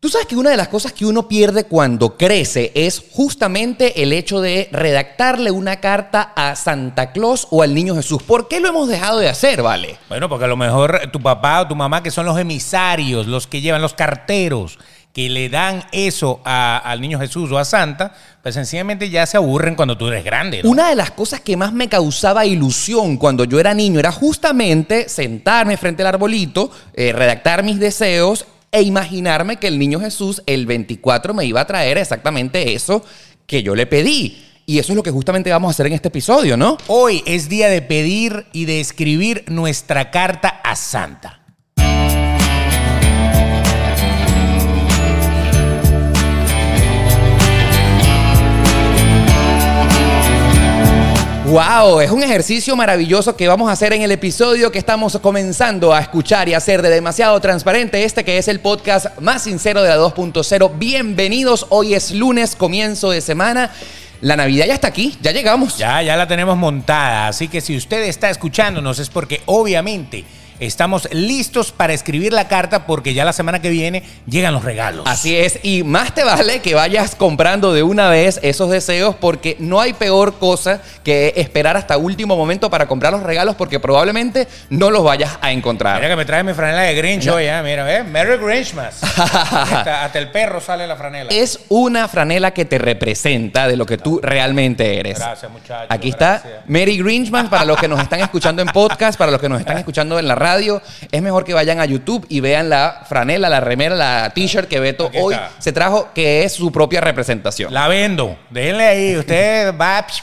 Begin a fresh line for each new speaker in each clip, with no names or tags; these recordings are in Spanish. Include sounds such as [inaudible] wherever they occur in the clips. Tú sabes que una de las cosas que uno pierde cuando crece es justamente el hecho de redactarle una carta a Santa Claus o al Niño Jesús. ¿Por qué lo hemos dejado de hacer, vale?
Bueno, porque a lo mejor tu papá o tu mamá, que son los emisarios, los que llevan, los carteros, que le dan eso a- al niño Jesús o a Santa, pues sencillamente ya se aburren cuando tú eres grande. ¿no?
Una de las cosas que más me causaba ilusión cuando yo era niño era justamente sentarme frente al arbolito, eh, redactar mis deseos e imaginarme que el niño Jesús el 24 me iba a traer exactamente eso que yo le pedí. Y eso es lo que justamente vamos a hacer en este episodio, ¿no?
Hoy es día de pedir y de escribir nuestra carta a Santa.
¡Wow! Es un ejercicio maravilloso que vamos a hacer en el episodio que estamos comenzando a escuchar y a hacer de demasiado transparente este que es el podcast más sincero de la 2.0. Bienvenidos, hoy es lunes, comienzo de semana. La Navidad ya está aquí, ya llegamos.
Ya, ya la tenemos montada, así que si usted está escuchándonos es porque obviamente estamos listos para escribir la carta porque ya la semana que viene llegan los regalos.
Así es, y más te vale que vayas comprando de una vez esos deseos porque no hay peor cosa que esperar hasta último momento para comprar los regalos porque probablemente no los vayas a encontrar.
Mira que me trae mi franela de Grinch hoy, ¿eh? mira, ¿eh? Merry
[laughs]
Grinchmas. hasta, hasta el perro sale la franela.
Es una franela que te representa de lo que tú realmente eres.
Gracias, muchachos.
Aquí
gracias.
está Mary Grinchman para los que nos están escuchando en podcast, para los que nos están escuchando en la radio. Es mejor que vayan a YouTube y vean la franela, la remera, la t-shirt que Beto
Aquí
hoy
está.
se trajo, que es su propia representación.
La vendo. Déjenle ahí. Usted va. [laughs]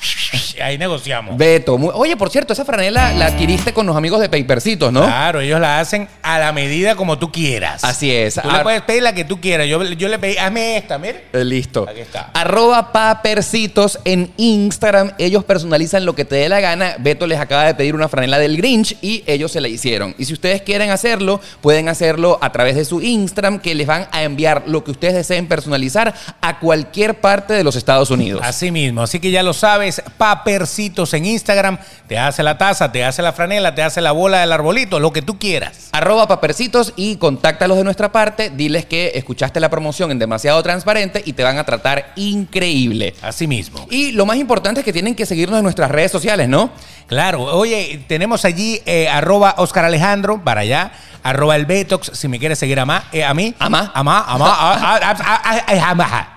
Ahí negociamos.
Beto, muy- oye, por cierto, esa franela la adquiriste con los amigos de Papercitos, ¿no?
Claro, ellos la hacen a la medida como tú quieras.
Así es. Ah.
Tú
Ar-
le puedes pedir la que tú quieras. Yo, yo le pedí, hazme esta, mire.
Eh, Listo.
Aquí está.
Arroba papercitos en Instagram. Ellos personalizan lo que te dé la gana. Beto les acaba de pedir una franela del Grinch y ellos se la hicieron. Y si ustedes quieren hacerlo, pueden hacerlo a través de su Instagram que les van a enviar lo que ustedes deseen personalizar a cualquier parte de los Estados Unidos.
Así mismo, así que ya lo sabes, papercitos en Instagram, te hace la taza, te hace la franela, te hace la bola del arbolito, lo que tú quieras.
Arroba papercitos y contáctalos de nuestra parte. Diles que escuchaste la promoción en demasiado transparente y te van a tratar increíble.
Así mismo.
Y lo más importante es que tienen que seguirnos en nuestras redes sociales, ¿no?
Claro, oye, tenemos allí eh, arroba Oscar Alejandro para allá, arroba el Betox, si me quieres seguir a, ma- eh, a mí.
¿A ma?
A ma, a ma, a- a- a- a- a-
[laughs]
a- ma.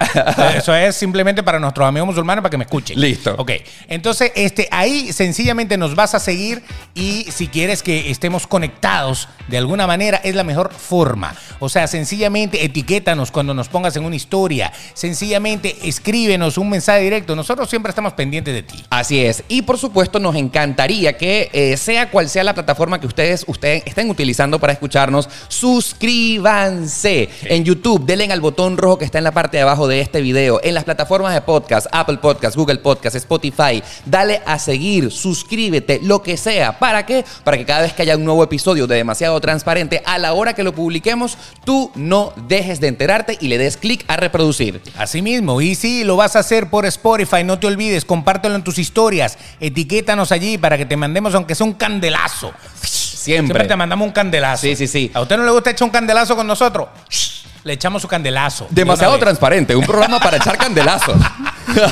Eso es simplemente para nuestros amigos musulmanes para que me escuchen.
Listo.
Ok, entonces este, ahí sencillamente nos vas a seguir y si quieres que estemos conectados de alguna manera es la mejor forma. O sea, sencillamente etiquétanos cuando nos pongas en una historia, sencillamente escríbenos un mensaje directo, nosotros siempre estamos pendientes de ti.
Así es. Y por supuesto, nos encantaría que eh, sea cual sea la plataforma que ustedes, ustedes estén utilizando para escucharnos, suscríbanse en YouTube. Denle al botón rojo que está en la parte de abajo de este video. En las plataformas de podcast, Apple Podcast, Google Podcast, Spotify. Dale a seguir, suscríbete, lo que sea. ¿Para qué? Para que cada vez que haya un nuevo episodio de Demasiado Transparente, a la hora que lo publiquemos, tú no dejes de enterarte y le des clic a reproducir.
Así mismo, y si lo vas a hacer por Spotify, no te olvides, compártelo en tus historias, etiquétanos allí para que te mandemos, aunque sea un candelazo.
Siempre.
Siempre te mandamos un candelazo.
Sí, sí, sí.
¿A usted no le gusta echar un candelazo con nosotros? Le echamos su candelazo.
Demasiado
De una
transparente, un programa para [laughs] echar candelazos.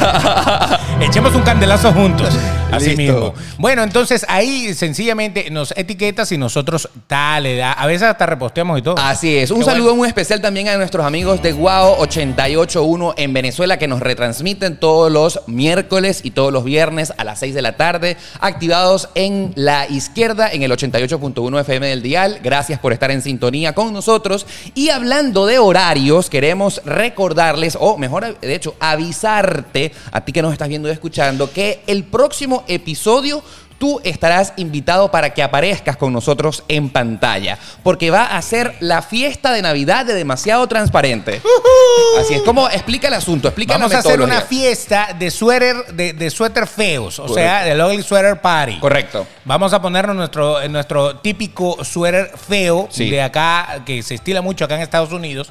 vez. Echemos un candelazo juntos. Así
Listo.
mismo. Bueno, entonces ahí sencillamente nos etiquetas y nosotros tal, le da. A veces hasta reposteamos y todo.
Así es. Un
Qué
saludo muy especial también a nuestros amigos de Guao 881 en Venezuela que nos retransmiten todos los miércoles y todos los viernes a las 6 de la tarde, activados en la izquierda en el 88.1 FM del Dial. Gracias por estar en sintonía con nosotros. Y hablando de horarios, queremos recordarles, o mejor, de hecho, avisarte a ti que nos estás viendo y escuchando, que el próximo episodio tú estarás invitado para que aparezcas con nosotros en pantalla, porque va a ser la fiesta de Navidad de demasiado transparente. Así es como explica el asunto, explica
Vamos
la
a hacer una
metodología.
fiesta de suéter, de, de suéter feos, o
Correcto.
sea, del ugly sweater party.
Correcto.
Vamos a ponernos nuestro, eh, nuestro típico suéter feo
Sí.
de acá, que se estila mucho acá en Estados Unidos.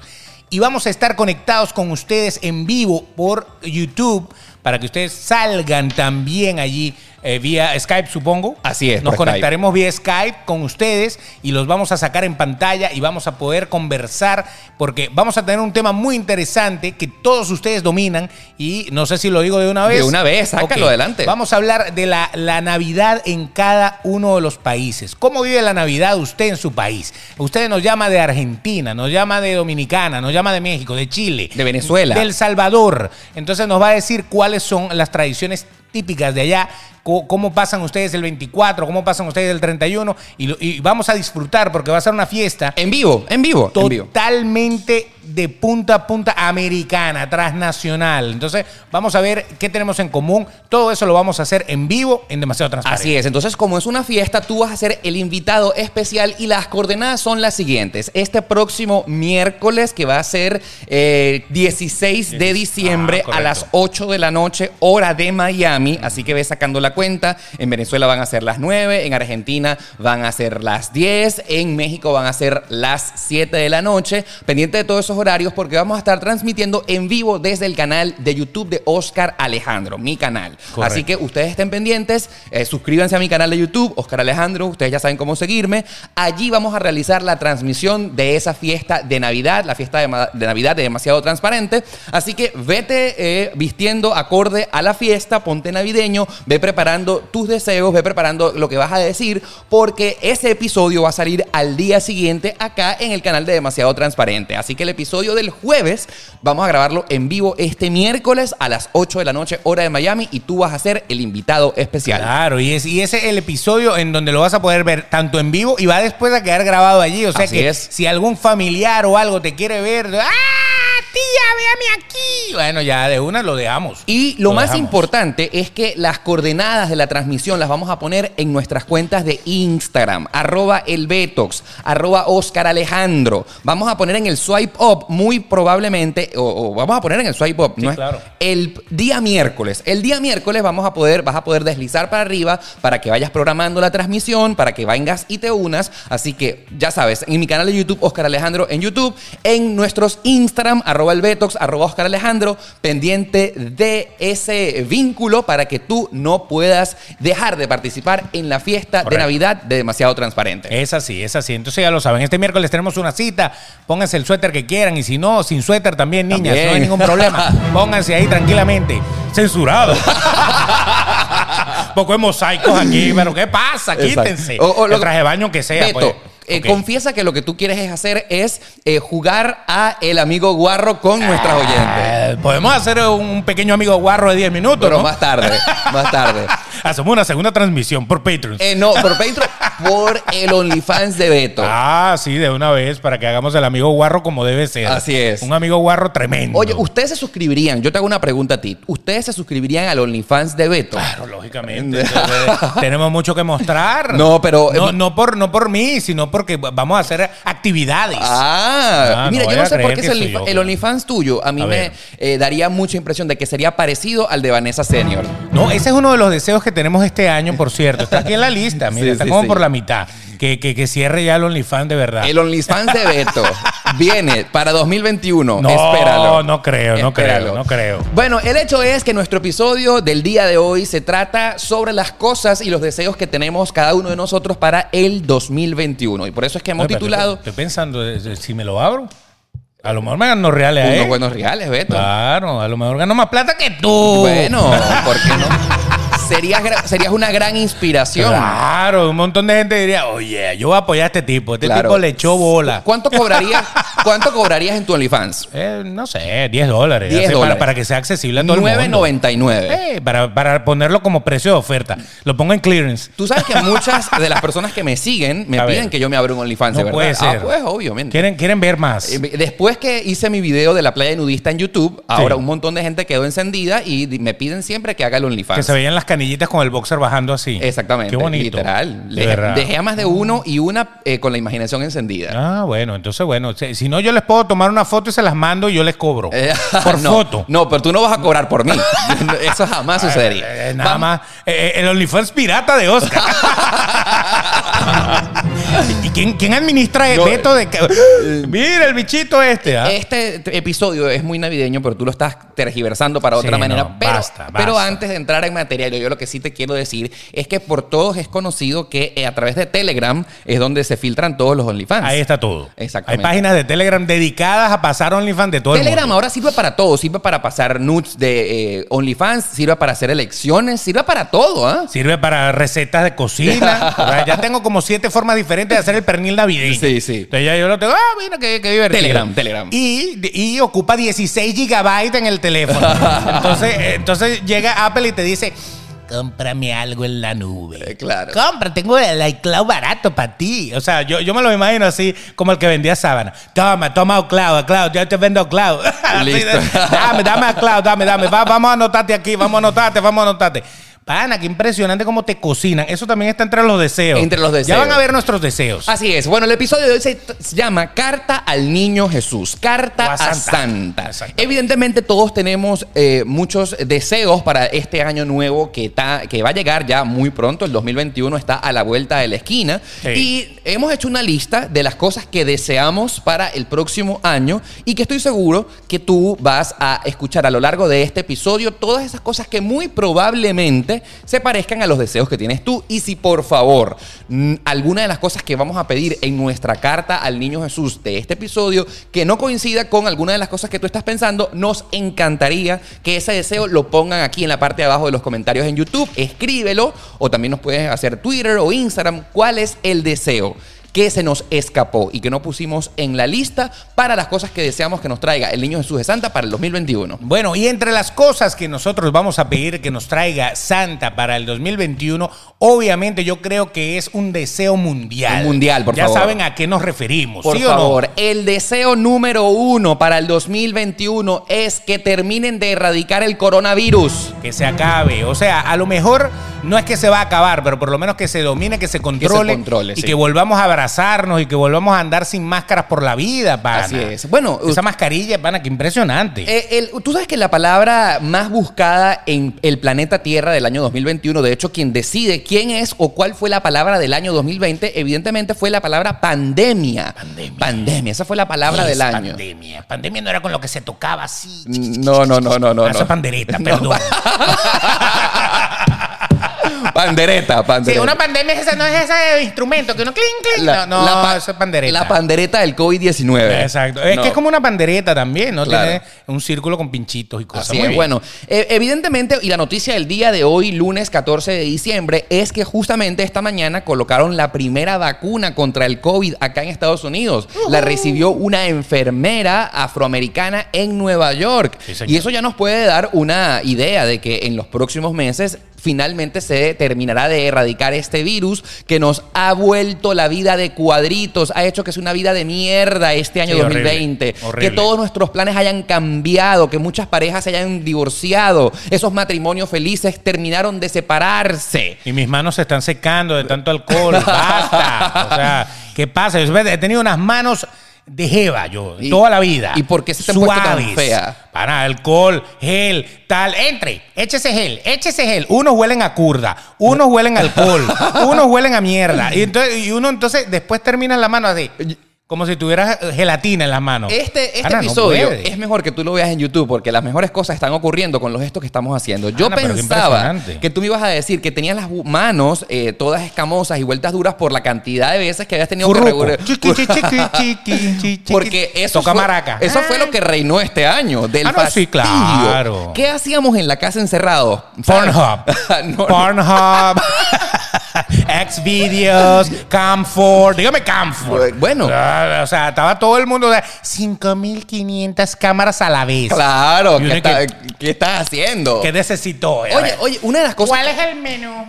Y vamos a estar conectados con ustedes en vivo por YouTube para que ustedes salgan también allí eh, vía Skype, supongo.
Así es,
Nos
por Skype.
conectaremos vía Skype con ustedes y los vamos a sacar en pantalla y vamos a poder conversar porque vamos a tener un tema muy interesante que todos ustedes dominan y no sé si lo digo de una vez.
De una vez, sácalo
Ok.
adelante.
Vamos a hablar de la, la Navidad en cada uno de los países. ¿Cómo vive la Navidad usted en su país? Usted nos llama de Argentina, nos llama de Dominicana, nos llama de México, de Chile.
De Venezuela.
Del Salvador. Entonces nos va a decir cuáles son las tradiciones típicas de allá, co- cómo pasan ustedes el 24, cómo pasan ustedes el 31 y, lo- y vamos a disfrutar porque va a ser una fiesta
En vivo, en vivo, en vivo.
totalmente de punta a punta americana, transnacional. Entonces vamos a ver qué tenemos en común. Todo eso lo vamos a hacer en vivo en Demasiado Transparente.
Así es, entonces como es una fiesta, tú vas a ser el invitado especial y las coordenadas son las siguientes. Este próximo miércoles, que va a ser eh, 16 de diciembre
Ah,
a las
correcto.
8 de la noche, hora de Miami, así que ve sacando la cuenta. En Venezuela van a ser las 9, en Argentina van a ser las 10, en México van a ser las 7 de la noche. Pendiente de todos esos horarios porque vamos a estar transmitiendo en vivo desde el canal de YouTube de Oscar Alejandro, mi canal.
Correcto.
Así que ustedes estén pendientes, eh, suscríbanse a mi canal de YouTube, Oscar Alejandro, ustedes ya saben cómo seguirme. Allí vamos a realizar la transmisión de esa fiesta de Navidad, la fiesta de, ma- de Navidad de demasiado transparente. Así que vete eh, vistiendo acorde a la fiesta, ponte navideño, ve preparando tus deseos, ve preparando lo que vas a decir, porque ese episodio va a salir al día siguiente acá en el canal de Demasiado Transparente. Así que el episodio del jueves vamos a grabarlo en vivo este miércoles a las 8 de la noche, hora de Miami, y tú vas a ser el invitado especial.
Claro, y, es, y ese es el episodio en donde lo vas a poder ver tanto en vivo y va después a quedar grabado allí. O sea
Así
que
es.
si algún familiar o algo te quiere ver, ¡ah! Tía, véame aquí. Bueno, ya de una lo dejamos.
Y lo, más
dejamos.
importante es que las coordenadas de la transmisión las vamos a poner en nuestras cuentas de Instagram, arroba el Betox, arroba Oscar Alejandro. Vamos a poner en el swipe up, muy probablemente, o, o vamos a poner en el swipe up,
Sí,
¿no? es-
claro.
El día miércoles. El día miércoles vamos a poder, vas a poder deslizar para arriba para que vayas programando la transmisión, para que vengas y te unas. Así que ya sabes, en mi canal de YouTube, Oscar Alejandro en YouTube, en nuestros Instagram, arroba el Betox, arroba Oscar Alejandro, pendiente de ese vínculo para que tú no puedas dejar de participar en la fiesta de
Correcto. Eh,
Navidad de demasiado transparente.
Es así, es así. Entonces ya lo saben, este miércoles tenemos una cita. Pónganse el suéter que quieran y si no, sin suéter también, niñas,
También.
no hay
[laughs]
ningún problema. Pónganse ahí tranquilamente. Censurado. Poco de mosaicos aquí, pero ¿qué pasa?
Exacto.
Quítense.
O- o lo-
el traje de baño que sea.
Beto,
pues.
eh,
Ok.
confiesa que lo que tú quieres es hacer es eh, jugar a el amigo guarro con nuestras oyentes.
Eh, Podemos hacer un pequeño amigo guarro de 10 minutos.
Pero
¿no?
más tarde, más tarde.
Hacemos una segunda transmisión por Patreon.
Eh, no, por Patreon, por el OnlyFans de Beto.
Ah, sí, de una vez, para que hagamos el amigo guarro como debe ser.
Así es.
Un amigo guarro tremendo.
Oye, ustedes se suscribirían, yo te hago una pregunta a ti. ¿Ustedes se suscribirían al OnlyFans de Beto?
Claro, lógicamente. Entonces, tenemos mucho que mostrar.
No, pero- eh,
No, no por, no por mí, sino porque vamos a hacer actividades.
Ah,
Ah,
mira,
no
yo no
vaya
sé
a
por
creer
qué
que
ese
soy
Onlyfa-
yo,
el
claro.
OnlyFans tuyo a mí
A
me
ver.
eh, daría mucha impresión de que sería parecido al de Vanessa Senior.
No, ese es uno de los deseos que tenemos este año, por cierto. Está aquí en la lista,
[laughs]
mira,
Sí,
está
sí,
como
sí.
por la mitad. Que, que, que cierre ya el OnlyFans de verdad.
El OnlyFans de Beto viene para 2021.
No,
Espéralo.
no creo, no creo, no creo.
Bueno, el hecho es que nuestro episodio del día de hoy se trata sobre las cosas y los deseos que tenemos cada uno de nosotros para el 2021. Y por eso es que hemos
Ay, pero
titulado
Estoy pensando, eh, eh, si me lo abro, a lo mejor me gano reales a
Unos
él.
buenos reales, Beto.
Claro, a lo mejor gano más plata que tú.
Bueno, ¿por qué no? serías, gra- serías una gran inspiración.
[laughs] Claro, un montón de gente diría, oye, yo voy a apoyar a este tipo. Este
Claro.
tipo le echó bola.
¿Cuánto cobrarías, ¿Cuánto cobrarías en tu OnlyFans?
Eh, no sé, 10 dólares.
10
Hace
dólares.
Para, para que sea accesible a todo el mundo.
9.99.
Eh, para, para ponerlo como precio de oferta. Lo pongo en clearance.
Tú sabes que muchas de las personas que me siguen me
A
piden
ver.
que yo me abra un OnlyFans,
No
¿verdad?
puede
Ah,
ser.
pues, obviamente.
¿Quieren, quieren ver más?
Eh, Después que hice mi video de la playa nudista en YouTube, ahora un montón de gente quedó encendida y di- me piden siempre que haga el
que
OnlyFans.
se veían las canillitas con el boxer bajando así.
Exactamente.
Qué bonito.
Literal.
De
Le-
verdad.
dejé a más de uno y una eh, con la imaginación encendida.
Ah, bueno, entonces bueno, si, si no yo les puedo tomar una foto y se las mando y yo les cobro.
[laughs] Eh, [laughs]
por
no,
foto.
No, pero tú no vas a cobrar por
[laughs]
mí. Eso jamás
Eh,
sucedería.
eh, nada
Vamos- [laughs]
más. Eh, eh, el OnlyFans pirata de Oscar. [laughs] ¿Y quién, quién administra
No,
esto de.? ca-
eh,
[gasps] Mira el bichito este. ¿ah?
Este t- episodio es muy navideño, pero tú lo estás tergiversando para otra
Sí,
manera.
no,
pero,
basta,
pero
basta.
antes de entrar en material, yo lo que sí te quiero decir es que por todos es conocido que eh, a través de Telegram es donde se filtran todos los OnlyFans.
Ahí está todo.
Exactamente.
Hay páginas de Telegram dedicadas a pasar OnlyFans de todo el
Telegram
mundo.
ahora sirve para todo, sirve para pasar nudes de eh, OnlyFans, sirve para hacer elecciones, sirve para todo, ¿ah?
Sirve para recetas
[laughs]
de cocina. O sea, ya tengo como siete formas diferentes de hacer el pernil navideño.
Sí, sí.
Entonces ya yo lo tengo. Ah, mira qué, qué divertido.
Telegram, Telegram.
Y, y ocupa 16 gigabytes en
[laughs]
el teléfono. Entonces, eh, entonces llega Apple y te dice. Cómprame algo en la nube.
Eh, claro.
Compra, tengo el iCloud barato para ti. O sea, yo, yo me lo imagino así como el que vendía sábana. Toma, toma iCloud, iCloud, yo te vendo iCloud. [laughs] Así de-
Listo.
dame, dame a Clau, dame, dame. Va- vamos a anotarte aquí, vamos a anotarte, vamos a anotarte. Pana, qué impresionante cómo te cocinan. Eso también está entre los deseos.
Entre los
Ya
deseos.
van a ver nuestros deseos.
Así es. Bueno, el episodio de hoy se, t- se llama Carta al Niño Jesús.
O
Carta
a
a
Santa.
Santa.
Exactamente.
Evidentemente todos tenemos eh, muchos deseos para este año nuevo que, ta- que va a llegar ya muy pronto. El 2021 está a la vuelta de la esquina.
Sí.
Y hemos hecho una lista de las cosas que deseamos para el próximo año y que estoy seguro que tú vas a escuchar a lo largo de este episodio todas esas cosas que muy probablemente se parezcan a los deseos que tienes tú. Y si por favor mm, alguna de las cosas que vamos a pedir en nuestra carta al niño Jesús de este episodio que no coincida con alguna de las cosas que tú estás pensando, nos encantaría que ese deseo lo pongan aquí en la parte de abajo de los comentarios en YouTube. Escríbelo o también nos puedes hacer Twitter o Instagram. ¿Cuál es el deseo? que se nos escapó y que no pusimos en la lista para las cosas que deseamos que nos traiga el Niño Jesús de Santa para el 2021.
Bueno, y entre las cosas que nosotros vamos a pedir que nos traiga Santa para el 2021, obviamente yo creo que es un deseo mundial.
Un mundial, por
ya
favor.
Ya saben a qué nos referimos,
Por
¿sí o no?
favor, el deseo número uno para el 2021 es que terminen de erradicar el coronavirus.
Que se acabe. O sea, a lo mejor no es que se va a acabar, pero por lo menos que se domine, que se controle.
controle,
y
sí.
que volvamos a abrazarnos y que volvamos a andar sin máscaras por la vida, pana.
Así es. Bueno,
Esa mascarilla, pana, que impresionante.
Eh, el- Tú sabes que la palabra más buscada en el planeta Tierra del año 2021, de hecho, quien decide quién es o cuál fue la palabra del año 2020, evidentemente fue la palabra pandemia.
Pandemia.
Pandemia, esa fue la palabra
Es
del año.
Pandemia. Pandemia no era con lo que se tocaba así.
No, no, no, no, no.
Ah, esa
no.
pandereta,
[laughs] No,
perdón.
Pandereta, pandereta.
Sí, una pandemia es esa, no es ese instrumento que uno clink, clink. no, no,
pa-
eso es pandereta.
La pandereta del COVID-19.
Exacto. Es
Eh, No.
que es como una pandereta también, ¿no?
Claro.
Tiene un círculo con pinchitos y cosas.
Así
Muy
es,
bien.
bueno, eh, evidentemente, y la noticia del día de hoy, lunes 14 de diciembre, es que justamente esta mañana colocaron la primera vacuna contra el COVID acá en Estados Unidos. La recibió una enfermera afroamericana en Nueva York.
Sí, señor.
y eso ya nos puede dar una idea de que en los próximos meses finalmente se terminará de erradicar este virus que nos ha vuelto la vida de cuadritos, ha hecho que sea una vida de mierda este año
Sí, horrible,
2020,
horrible.
que todos nuestros planes hayan cambiado, que muchas parejas se hayan divorciado, esos matrimonios felices terminaron de separarse.
Y mis manos se están secando de
[laughs]
tanto alcohol. Basta. O sea, ¿qué pasa? Yo he tenido unas manos de jeva yo,
Y-
toda la vida.
¿y por qué se te han puesto tan fea?
Para alcohol, gel, tal. Entre, échese gel, échese gel. Unos huelen a curda, unos huelen
[laughs]
a alcohol, unos huelen a mierda. Y, entonces, y uno entonces después termina en la mano así. Como si tuvieras gelatina en las manos.
Este, este
Ana, no
episodio
puede.
es mejor que tú lo veas en YouTube porque las mejores cosas están ocurriendo con los gestos que estamos haciendo. Yo
Ana, pero qué
pensaba
impresionante.
que tú me ibas a decir que tenías las bu- manos eh, todas escamosas y vueltas duras por la cantidad de veces que habías tenido
Furruco.
que regular-
Chiqui, chiqui, chiqui, chiqui, chiqui.
Porque eso,
Toca
fue,
maraca.
eso fue
Ah.
lo que reinó este año, del
Ah, no, sí,
fastidio.
claro.
¿Qué hacíamos en la casa encerrados? ¿Sabes?
Pornhub.
[laughs] No, no.
Pornhub.
[laughs]
Xvideos. Camford. Dígame Camford.
Bueno.
Ah, O sea, estaba todo el mundo de 5.500 cámaras a la vez.
Claro,
Y
¿qué,
uno
está- qué estás haciendo?
¿Qué necesitó? A
Oye,
ver,
oye, una de las cosas...
¿Cuál es el menú?
[laughs]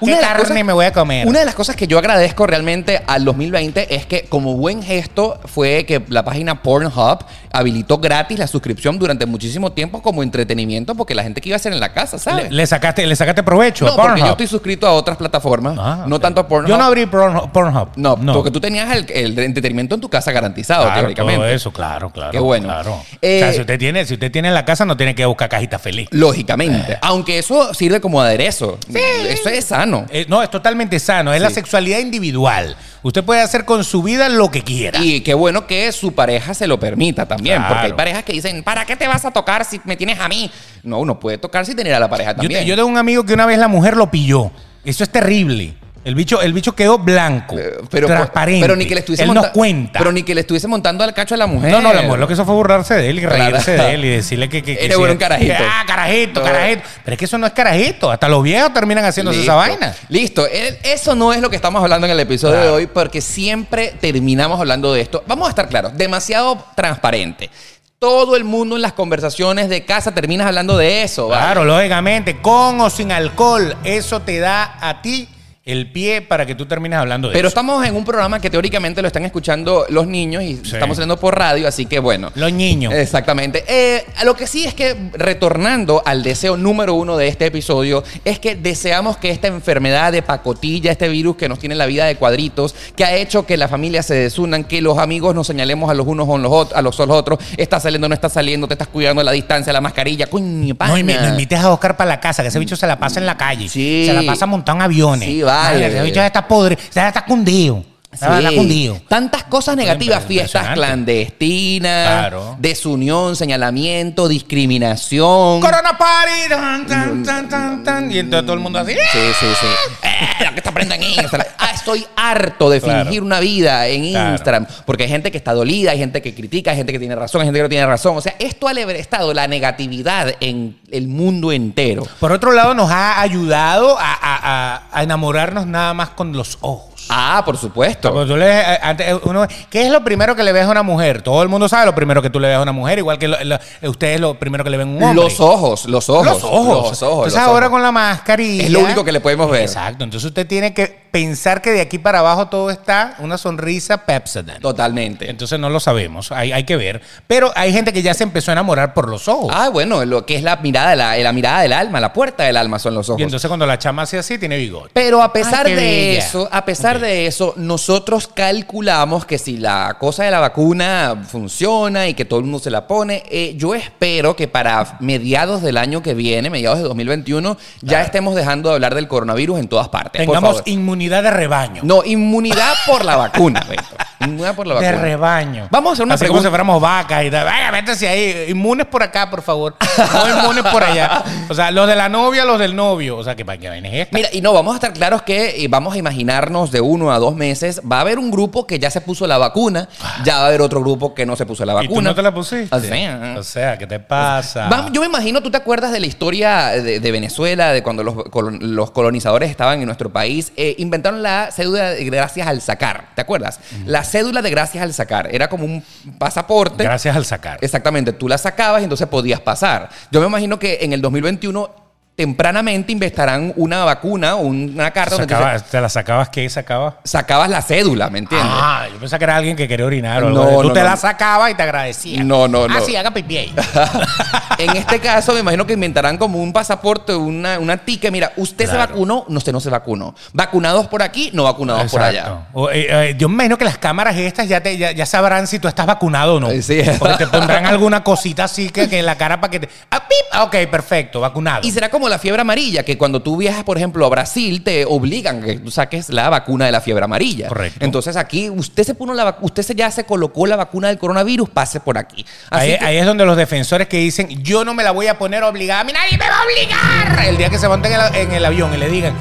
Una
¿Qué
de las
carne
cosas-
me voy a comer?
Una de las cosas que yo agradezco realmente al 2020 es que como buen gesto fue que la página Pornhub habilitó gratis la suscripción durante muchísimo tiempo como entretenimiento porque la gente que iba a hacer en la casa,
le,
¿sabes?
le sacaste, le sacaste provecho
no,
a
porque
Pornhub.
yo estoy suscrito a otras plataformas
Ah,
No
ok.
tanto Pornhub.
Yo no abrí Pornhub. Pornhub.
No, porque tú tenías el, el entretenimiento en tu casa garantizado,
Claro,
teóricamente.
todo eso, claro, claro.
Qué bueno.
claro.
Eh,
o sea, si usted, tiene, si usted tiene en la casa, no tiene que buscar cajita feliz.
Lógicamente.
Eh.
Aunque eso sirve como aderezo. Eso es sano.
Eh, no, es totalmente sano. Es la sexualidad individual. Usted puede hacer con su vida lo que quiera.
Y qué bueno que su pareja se lo permita también,
Claro.
porque hay parejas que dicen, ¿para qué te vas a tocar si me tienes a mí? No, uno puede tocar si tener a la pareja
Yo,
también.
te- yo tengo un amigo que una vez la mujer lo pilló. Eso es terrible. El bicho, el bicho quedó blanco,
Eh, pero,
transparente.
Pero ni que le estuviese
Él nos
monta-
cuenta.
Pero ni que le estuviese montando al cacho a la mujer.
No, no, la mujer lo que hizo fue burlarse de él y
Claro.
reírse de él y decirle que.
[laughs]
que, que
Eres
sí.
bueno un carajito.
Ah, carajito,
No.
carajito. Pero es que eso no es carajito. Hasta los viejos terminan haciéndose
Listo.
esa vaina.
Listo, El- eso no es lo que estamos hablando en el episodio
Claro.
de hoy porque siempre terminamos hablando de esto. Vamos a estar claros, demasiado transparente. Todo el mundo en las conversaciones de casa terminas hablando de eso. ¿vale?
Claro, lógicamente, con o sin alcohol, eso te da a ti el pie para que tú termines hablando de
Pero
eso.
estamos en un programa que teóricamente lo están escuchando los niños y
Sí.
estamos saliendo por radio, así que bueno.
Los niños.
Exactamente. Eh, lo que sí es que, retornando al deseo número uno de este episodio, es que deseamos que esta enfermedad de pacotilla, este virus que nos tiene la vida de cuadritos, que ha hecho que las familias se desunan, que los amigos nos señalemos a los unos con los ot- a los, a los otros, estás saliendo, no estás saliendo, te estás cuidando la distancia, la mascarilla, coño, pana.
no, y me, me invites a Oscar para la casa, que ese bicho se la pasa en la calle.
Sí.
Se la pasa montado en aviones.
Sí, vale.
Imagínate, Ese bicho ya está podre, ya está cundido. Ya Está
Sí.
cundido.
Tantas cosas negativas,
Siempre,
fiestas
impresionante.
clandestinas,
Claro.
desunión, señalamiento, discriminación.
Corona Party. tan, tan, tan, tan, tan. Y entonces todo el mundo así. ¡ah!
Sí, sí, sí. Eh, la que te
[laughs]
aprendan Instagram. Ah, estoy harto de
Claro.
fingir una vida en
Claro.
Instagram. Porque hay gente que está dolida, hay gente que critica, hay gente que tiene razón, hay gente que no tiene razón. O sea, esto ha estado la negatividad en el mundo entero.
Por otro lado, nos ha ayudado a, a- a- a enamorarnos nada más con los ojos.
Ah, por supuesto.
Como tú le- eh, antes, eh, uno- ¿Qué es lo primero que le ves a una mujer? Todo el mundo sabe lo primero que tú le ves a una mujer, igual que lo- lo- eh, ustedes lo primero que le ven a un hombre.
Los ojos, los ojos.
Los ojos.
Los ojos.
Entonces
los
ahora
ojos.
con la mascarilla.
Es lo único que le podemos ver.
Exacto. Entonces usted tiene que pensar que de aquí para abajo todo está una sonrisa Pepsodent.
Totalmente.
Entonces no lo sabemos. Hay, hay que ver. Pero hay gente que ya se empezó a enamorar por los ojos.
Ah, bueno, lo que es la mirada, la, la mirada del alma, la puerta del alma son los ojos.
y entonces cuando la chama hace así, tiene bigote.
Pero a pesar
Ay, qué
de
bella.
eso, a pesar
Ok.
de eso, nosotros calculamos que si la cosa de la vacuna funciona y que todo el mundo se la pone, eh, yo espero que para mediados del año que viene, mediados de 2021, ya estemos dejando de hablar del coronavirus en todas partes. por
Tengamos
favor.
inmunidad de rebaño.
no, inmunidad por la vacuna,
[laughs]
Beto. Inmunidad por la
de
vacuna.
rebaño.
Vamos a hacer una
Así como
pregunta.
si fuéramos vacas y tal. Vaya, métese ahí. Inmunes por acá, por favor. No inmunes por allá. O sea, los de la novia, los del novio. O sea, que para qué vaina es esta?
Mira, y no, vamos a estar claros que eh, vamos a imaginarnos de uno a dos meses, va a haber un grupo que ya se puso la vacuna, ya va a haber otro grupo que no se puso la
¿Y
vacuna.
tú no te la pusiste?
O sea.
O sea, ¿qué te pasa?
Vam- yo me imagino, tú te acuerdas de la historia de, de Venezuela, de cuando los, colon- los colonizadores estaban en nuestro país, eh, inventaron la cédula de gracias al sacar, ¿te acuerdas? La cédula de gracias al sacar era como un pasaporte.
Gracias al sacar.
Exactamente, tú la sacabas y entonces podías pasar. Yo me imagino que en el 2021 tempranamente inventarán una vacuna o un- una carta donde te
Sacaba- ¿Te la sacabas qué? ¿Sacabas?
dice, sacabas la cédula, ¿me entiendes?
Ah, yo pensaba que era alguien que quería orinar o algo.
No,
Tú
no,
te
no.
la sacabas y te agradecías.
No, no,
Ah,
no.
sí, haga pipí
[laughs]
ahí.
en este caso, me imagino que inventarán como un pasaporte, una, una tica. Mira, usted se
Claro.
vacunó, no, usted no se vacunó. Vacunados por aquí, no vacunados por allá.
Exacto. O, eh, eh, yo me imagino que las cámaras estas ya, te, ya, ya sabrán si tú estás vacunado o no.
Eh, sí.
Porque
[laughs]
te pondrán alguna cosita así que, que en la cara para que te. ¡Ah, pip! Ah, ok, perfecto, vacunado.
Y será como la fiebre amarilla, que cuando tú viajas, por ejemplo, a Brasil, te obligan a que tú saques la vacuna de la fiebre amarilla.
Correcto.
Entonces aquí, usted se puso la vacu- usted se- ya se colocó la vacuna del coronavirus, pase por aquí. Así
Ahí,
que-
ahí es donde los defensores que dicen, yo no me la voy a poner obligada, a mí nadie me va a obligar. El día que se monten en, la- en el avión y le digan,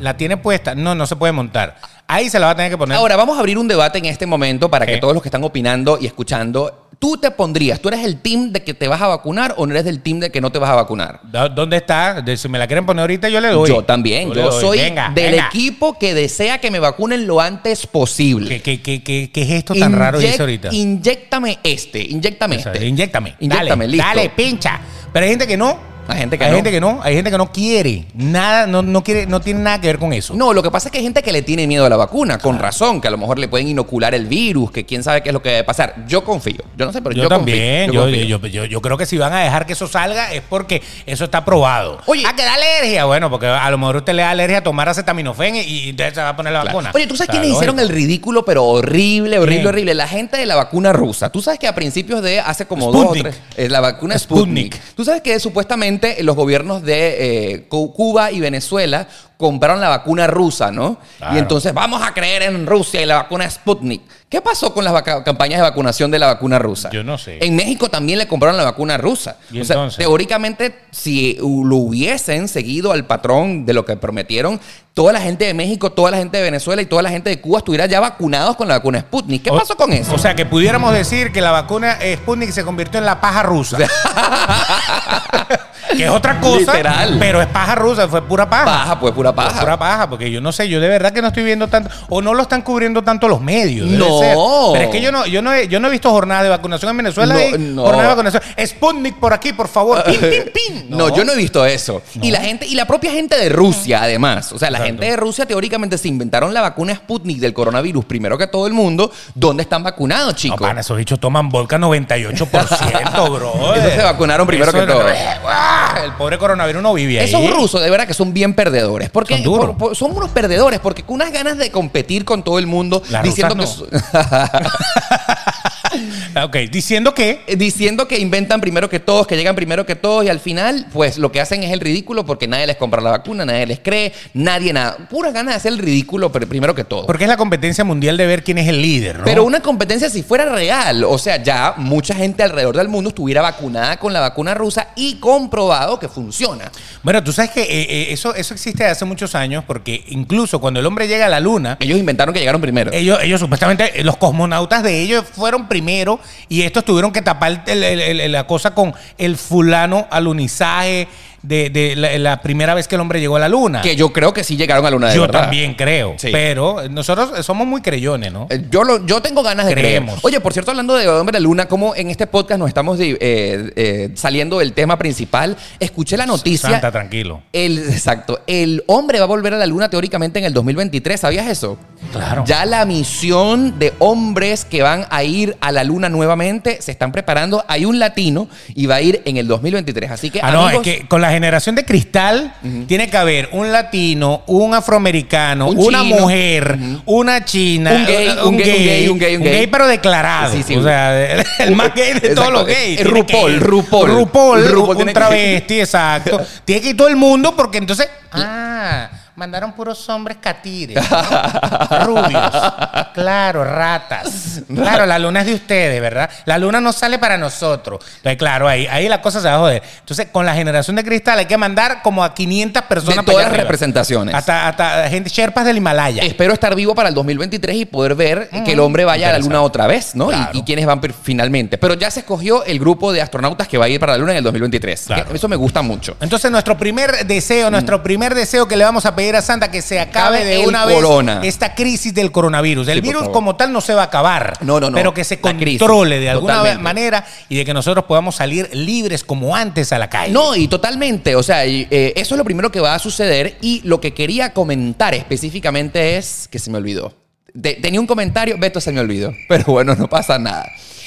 la tiene puesta, no, no se puede montar. Ahí se la va a tener que poner.
Ahora, vamos a abrir un debate en este momento para que
Ok.
todos los que están opinando y escuchando, tú te pondrías, tú eres el team de que te vas a vacunar o no eres del team de que no te vas a vacunar.
¿Dó- ¿Dónde está? De- Si me la quieren poner ahorita, yo le doy.
Yo también.
le
Yo
doy.
soy
Venga,
del
venga.
equipo que desea que me vacunen lo antes
¿Qué,
posible.
qué, qué, qué- qué es esto tan raro
Inyec-
dice ahorita?
Inyéctame este, inyéctame
O sea,
este.
inyéctame.
Inyéctame,
dale,
listo.
dale, pincha. Pero hay gente que no.
Hay gente que
hay
no.
gente que no, hay gente que no quiere. Nada, no, no quiere, no tiene nada que ver con eso.
No, lo que pasa es que hay gente que le tiene miedo a la vacuna, con razón, que a lo mejor le pueden inocular el virus, que quién sabe qué es lo que debe pasar. Yo confío. Yo no sé, pero yo,
Yo, también,
confío.
yo,
confío.
yo- yo- yo creo que si van a dejar que eso salga es porque eso está probado.
Oye.
¿a que da alergia? Bueno, porque a lo mejor usted le da alergia a tomar acetaminofén y, y entonces se va a poner la
Claro.
vacuna.
Oye, ¿tú sabes
O sea,
quiénes hicieron el
lógico.
ridículo, pero horrible, horrible,
¿Quién?
horrible? La gente de la vacuna rusa. Tú sabes que a principios de hace como dos o
Sputnik.
tres. eh, la vacuna Sputnik.
Sputnik.
Tú sabes que supuestamente los gobiernos de eh, Cu- Cuba y Venezuela compraron la vacuna rusa, ¿no?
Claro.
Y entonces vamos a creer en Rusia y la vacuna Sputnik. ¿Qué pasó con las vaca- campañas de vacunación de la vacuna rusa?
Yo no sé.
En México también le compraron la vacuna rusa.
¿Y
o sea,
entonces?
teóricamente, si lo hubiesen seguido al patrón de lo que prometieron, toda la gente de México, toda la gente de Venezuela y toda la gente de Cuba estuviera ya vacunados con la vacuna Sputnik. ¿Qué
O-
pasó con eso?
O sea, que pudiéramos decir que la vacuna eh, Sputnik se convirtió en la
[laughs]
paja rusa. que es otra cosa.
Literal.
Pero es paja rusa, fue pura paja.
paja, pues pura
Pues
paja. [laughs]
pura paja, porque yo no sé, yo de verdad que no estoy viendo tanto, o no lo están cubriendo tanto los medios. debe
No.
ser. Pero es que yo no, yo no he, yo no he visto jornadas de vacunación en Venezuela.
No,
y
no.
jornada de vacunación. Sputnik por aquí, por
[laughs]
favor. Pin, pin, pin.
No, yo no he visto eso. Y la gente, y la propia gente de Rusia, además. O sea, la gente de Rusia teóricamente se inventaron la vacuna Sputnik del coronavirus primero que todo el mundo. ¿Dónde están vacunados,
No,
chicos?
pana, esos bichos toman
[laughs]
vodka 98%, bro.
Esos se vacunaron primero que todos.
El pobre coronavirus no vive ahí.
Esos rusos, de verdad que son bien perdedores. Porque
Son duros.
por- por- son unos perdedores, porque con unas ganas de competir con todo el mundo,
Las
diciendo que,
rusas
[laughs]
Ok, diciendo que
eh, diciendo que inventan primero que todos, que llegan primero que todos, y al final, pues lo que hacen es el ridículo porque nadie les compra la vacuna, nadie les cree, nadie nada. Puras ganas de hacer el ridículo pero primero que todo.
porque es la competencia mundial de ver quién es el líder, ¿no?
Pero una competencia si fuera real, o sea, ya mucha gente alrededor del mundo estuviera vacunada con la vacuna rusa y comprobado que funciona.
Bueno, tú sabes que eh, eh, eso, eso existe desde hace muchos años, porque incluso cuando el hombre llega a la luna,
Ellos inventaron que llegaron primero.
Ellos, ellos supuestamente, eh, los cosmonautas de ellos fueron primero y estos tuvieron que tapar el- el- el- la cosa con el fulano alunizaje de, de la, la primera vez que el hombre llegó a la luna.
Que yo creo que sí llegaron a la luna de
yo
verdad.
también creo.
Sí.
Pero nosotros somos muy creyones, ¿no?
Eh, Yo, lo, yo tengo ganas de
Creemos.
creer. Oye, por cierto, hablando de Hombre de la Luna, como en este podcast nos estamos di- eh, eh, saliendo del tema principal, escuché la noticia.
Santa, tranquilo.
El, exacto. El hombre va a volver a la Luna teóricamente en el 2023. ¿Sabías eso?
Claro.
Ya la misión de hombres que van a ir a la Luna nuevamente se están preparando. Hay un latino y va a ir en el 2023. Así que.
Ah, no, es
amigos,
que con la generación de cristal tiene que haber un latino, un afroamericano,
Un
una
chino.
mujer, una china,
Un gay, un gay, un gay, un gay, un gay.
pero declarado.
Sí, sí.
o sea, [laughs] el, más gay de todos
Exacto.
los gays.
Es
Tiene
RuPaul,
que ir.
RuPaul.
RuPaul,
RuPaul
un
tiene que- [laughs]
travesti, exacto. tiene que ir todo el mundo porque entonces. Ah, mandaron puros hombres
[laughs]
catires. ¿no? Rubios. Claro, ratas. Claro, la luna es de ustedes, ¿verdad? La luna no sale para nosotros. Entonces, claro, ahí, ahí la cosa se va a joder. Entonces, con la generación de cristal hay que mandar como a 500 personas
De
para
todas
allá
las
arriba.
representaciones.
Hasta, hasta gente Sherpas del Himalaya.
Espero estar vivo para el 2023 y poder ver que el hombre vaya a la Luna otra vez, ¿no? Y-
Mm, Claro.
Y, quienes van per- finalmente. Pero ya se escogió el grupo de astronautas que va a ir para la Luna en el 2023.
Claro.
Que Eso me gusta mucho.
Entonces, nuestro primer deseo, nuestro primer deseo que le vamos a pedir a Santa que se acabe
Mm. Acabe
de
el
una
corona.
vez esta crisis del coronavirus. El
Sí, por
virus
favor.
como tal no se va a acabar.
No, no, no.
Pero que se
La crisis.
controle de alguna
Totalmente.
manera y de que nosotros podamos salir libres como antes a la calle.
No, y totalmente. O sea, y, eh, eso es lo primero que va a suceder. Y lo que quería comentar específicamente es que se me olvidó. Te- tenía un comentario, Beto se me olvidó. [laughs] Pero bueno, no pasa nada.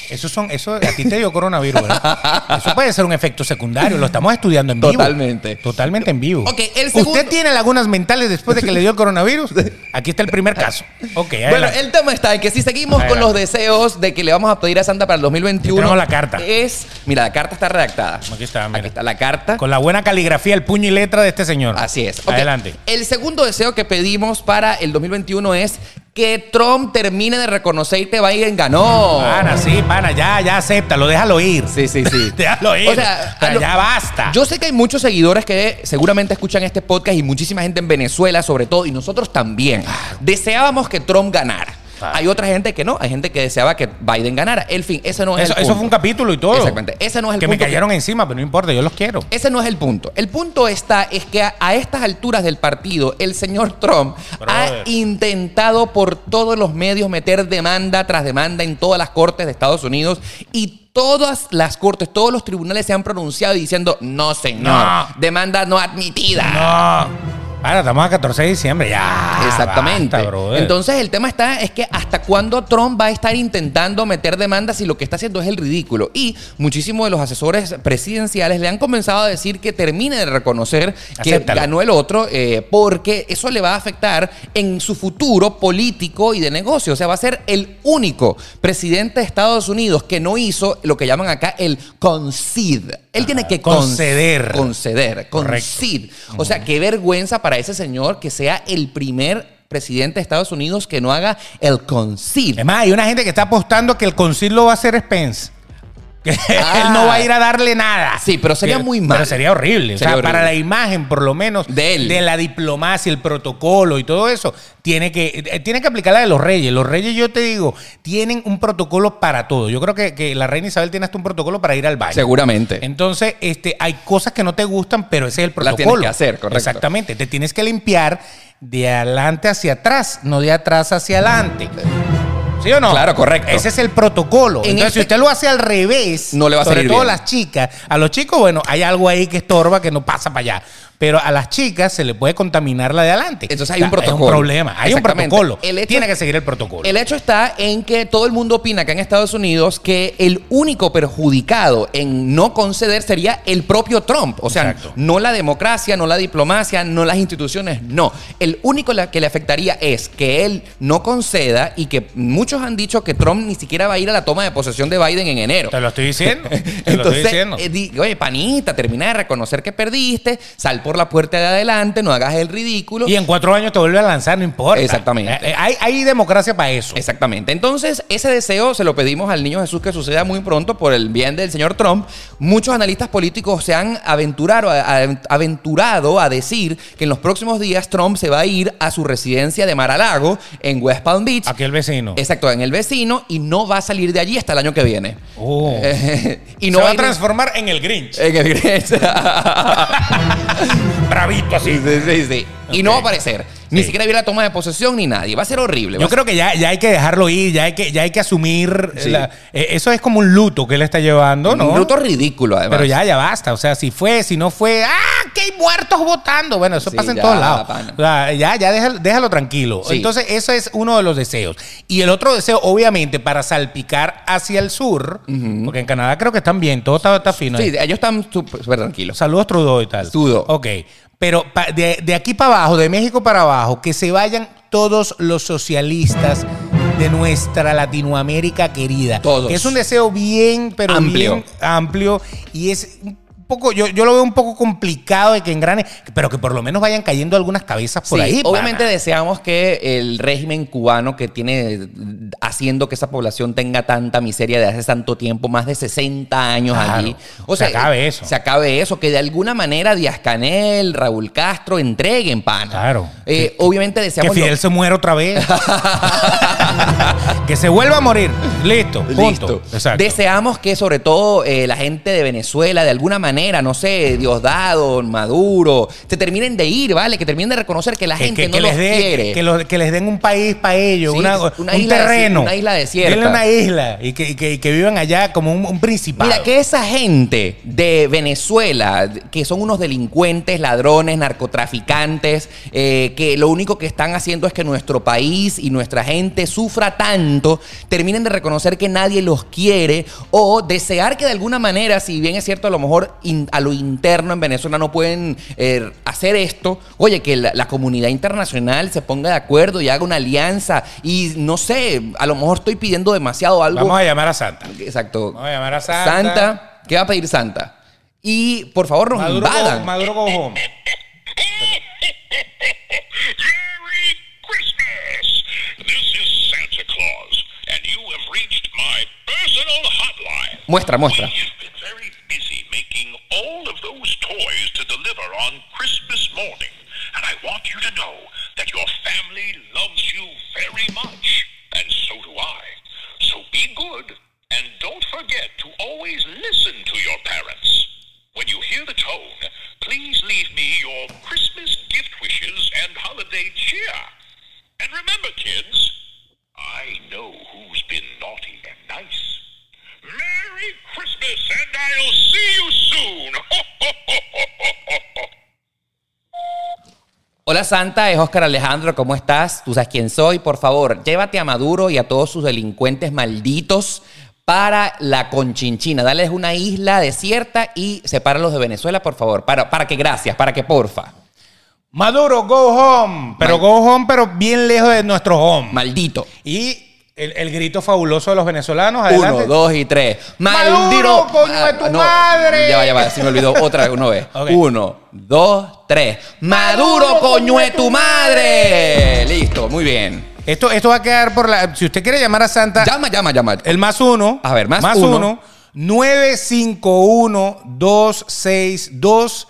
Eso son, eso a ti te dio
[laughs]
coronavirus, ¿verdad? Eso puede ser un efecto secundario, lo estamos estudiando en vivo.
Totalmente.
Totalmente en vivo.
Ok, el segundo-
¿Usted tiene lagunas mentales después de que le dio el coronavirus? Aquí está el primer caso. Ok,
Bueno,
adelante.
el tema está en que si seguimos con los
Adelante.
deseos de que le vamos a pedir a Santa para el 2021.
Tenemos la carta.
Es, mira, la carta está redactada.
Aquí está, mira.
Aquí está la carta.
Con la buena caligrafía, el puño y letra de este señor.
Así es. Ok.
Adelante.
El segundo deseo que pedimos para el 2021 es que Trump termine de reconocer que Biden ganó.
Pana, Ah, sí, pana, ya, ya acéptalo, déjalo ir.
Oh. Sí, sí,
[laughs]
sí.
Déjalo ir.
O sea,
O sea,
a lo-
ya basta.
Yo sé que hay muchos seguidores que seguramente escuchan este podcast y muchísima gente en Venezuela, sobre todo, y nosotros también.
Ah.
Deseábamos que Trump ganara.
Claro.
Hay otra gente que no, hay gente que deseaba que Biden ganara. El fin, ese no es
eso,
el punto.
eso fue un capítulo y todo.
Exactamente. Ese no es el
que me
punto.
cayeron encima, pero no importa, yo los quiero.
Ese no es el punto. El punto está es que a, a estas alturas del partido, el señor Trump
Brother.
ha intentado por todos los medios meter demanda tras demanda en todas las cortes de Estados Unidos y Todas las cortes, todos los tribunales se han pronunciado diciendo, no señor,
No.
demanda no admitida.
No. Ahora estamos a 14 de diciembre, ya.
Exactamente.
Ah, basta, brother.
Entonces el tema está es que hasta cuándo Trump va a estar intentando meter demandas si lo que está haciendo es el ridículo. Y muchísimos de los asesores presidenciales le han comenzado a decir que termine de reconocer que
Acéptalo.
ganó el otro eh, porque eso le va a afectar en su futuro político y de negocio. O sea, va a ser el único presidente de Estados Unidos que no hizo lo que llaman acá el concede. Él tiene que con-
conceder.
Conceder.
Correcto.
Cid. O sea, qué vergüenza para ese señor que sea el primer presidente de Estados Unidos que no haga el concil.
Es más, hay una gente que está apostando que el concilio va a ser Spence. [laughs] Que
Ah.
él no va a ir a darle nada.
Sí, pero sería
Que-
muy mal.
Pero sería horrible. o sea,
Sería horrible.
para la imagen, por lo menos,
De él.
la diplomacia, el protocolo y todo eso, tiene que, eh, tiene que aplicar la de los reyes. Los reyes, yo te digo, tienen un protocolo para todo. Yo creo que, que la reina Isabel tiene hasta un protocolo para ir al baño.
Seguramente.
Entonces, este, hay cosas que no te gustan, pero ese es el
Las tienes
protocolo.
que hacer, correcto.
Exactamente. Te tienes que limpiar de adelante hacia atrás, no de atrás hacia adelante. ¿Sí o no?
Claro, correcto.
Ese es el protocolo.
En
Entonces, si
este-
usted lo hace al revés,
No le va a
sobre
salir
todo
bien.
a las chicas, a los chicos, bueno, hay algo ahí que estorba que no pasa para allá. Pero a las chicas se le puede contaminar la de adelante.
Entonces hay un
Es un
protocolo.
problema. Hay un
Exactamente.
protocolo.
El hecho-
Tiene que seguir el protocolo.
El hecho está en que todo el mundo opina acá en Estados Unidos que el único perjudicado en no conceder sería el propio Trump. O sea,
Exacto.
no la democracia, no la diplomacia, no las instituciones, no. El único la- que le afectaría es que él no conceda y que muchos han dicho que Trump ni siquiera va a ir a la toma de posesión de Biden en enero.
Te lo estoy diciendo. Te lo estoy
Entonces,
diciendo.
eh, di- oye, panita, termina de reconocer que perdiste, sal por la puerta de adelante, no hagas el ridículo.
[laughs] Y en cuatro años te vuelve a lanzar, no importa.
Exactamente.
Eh, eh, Hay, hay democracia para eso.
Exactamente. Entonces, ese deseo se lo pedimos al niño Jesús que suceda muy pronto por el bien del señor Trump. Muchos analistas políticos se han aventurado a, a- aventurado a decir que en los próximos días Trump se va a ir a su residencia de Mar-a-Lago en West Palm Beach.
Aquí el vecino.
Exacto, en el vecino y no va a salir de allí hasta el año que viene. [laughs]
Oh.
eh, y no
se va a
ir-
transformar en el Grinch.
en el [laughs]
Bravito así.
Sí, sí, sí. Y no va a
Ok.
aparecer. Ni
Sí.
siquiera viene la toma de posesión ni nadie. Va a ser horrible. Va
Yo
a ser-
creo que ya, ya hay que dejarlo ir, ya hay que, ya hay que asumir.
Sí.
la- eh, eso es como un luto que él está llevando, ¿no?
Un bruto ridículo, además.
Pero ya, ya basta. O sea, si fue, si no fue. ¡Ah! ¡Que hay muertos votando! Bueno, eso
Sí,
pasa en
ya,
todos lados.
pana.
O sea, ya, ya, déjalo, déjalo tranquilo.
Sí.
Entonces, eso es uno de los deseos. Y el otro deseo, obviamente, para salpicar hacia el sur, porque en Canadá creo que están bien, todo está, está fino. ahí.
Sí, ellos están súper súper tranquilos.
Saludos Trudeau y tal.
Trudeau.
Ok. Pero pa- de, de aquí para abajo, de México para abajo, que se vayan todos los socialistas de nuestra Latinoamérica querida.
Todos.
Que es un deseo bien, pero
Amplio.
bien amplio. Y es un poco, yo, yo lo veo un poco complicado de que engrane, pero que por lo menos vayan cayendo algunas cabezas por
Sí,
ahí. pana.
obviamente deseamos que el régimen cubano que tiene haciendo que esa población tenga tanta miseria de hace tanto tiempo, más de 60 años
Claro,
allí.
se acabe eso.
Se acabe eso, que de alguna manera Díaz Canel, Raúl Castro entreguen pana.
Claro.
Eh, obviamente
Que
deseamos lo-
Fidel se muera otra
[laughs]
vez. que se vuelva a morir. Listo. Punto.
Listo.
Exacto.
Deseamos que sobre todo eh, la gente de Venezuela, de alguna manera, no sé, Diosdado, Maduro, se terminen de ir, ¿vale? Que terminen de reconocer que la
que,
gente
que-
no
que
los
les den-
quiere.
que los- que les den un país para ellos,
Sí,
una,
una
un
isla desi-
terreno.
una isla desierta.
Denle una isla y que, y que- y que vivan allá como un, un principado.
Mira, que esa gente de Venezuela, que son unos delincuentes, ladrones, narcotraficantes, eh, que lo único que están haciendo es que nuestro país y nuestra gente sufra tanto, terminen de reconocer que nadie los quiere o desear que de alguna manera, si bien es cierto, a lo mejor in- a lo interno en Venezuela no pueden eh, hacer esto, oye, que la, la comunidad internacional se ponga de acuerdo y haga una alianza y no sé, a lo mejor estoy pidiendo demasiado algo.
Vamos a llamar a Santa.
Exacto.
Vamos a llamar a Santa.
¿qué va a pedir Santa? Y por favor nos
Maduro, go,
invadan.
Maduro go home.
Merry Christmas! This is Santa Claus, and you have reached my personal hotline.
muestra, muestra.
We have been very busy making all of those toys to deliver on Christmas morning, and I want you to know that your family loves you very much, and so do I. So be good, and don't forget to always listen to your parents. When you hear the tone, please leave me your Christmas gift wishes and holiday cheer. And remember, kids, I know who's been naughty and nice. Merry [laughs]
Hola Santa, es Oscar Alejandro, ¿cómo estás? Tú sabes quién soy, por favor, llévate a Maduro y a todos sus delincuentes malditos para la Conchinchina. Dales una isla desierta y sepáralos de Venezuela, por favor. Para, para que gracias, para que porfa.
Maduro, go home. Pero
Mal-
go home, pero bien lejos de nuestro home.
Maldito.
Y el, el grito fabuloso de los venezolanos. Adelante.
Uno, dos y tres.
Maduro, coño de tu
Ah, no,
madre.
Ya va, ya va, se me olvidó otra vez, una vez.
[laughs] Ok.
Uno, dos, tres. Maduro, coño de tu madre. Listo, muy bien.
Esto, esto va a quedar por la. Si usted quiere llamar a Santa,
Llama, llama, llama.
el más uno.
A ver, más uno.
uno. 951-262.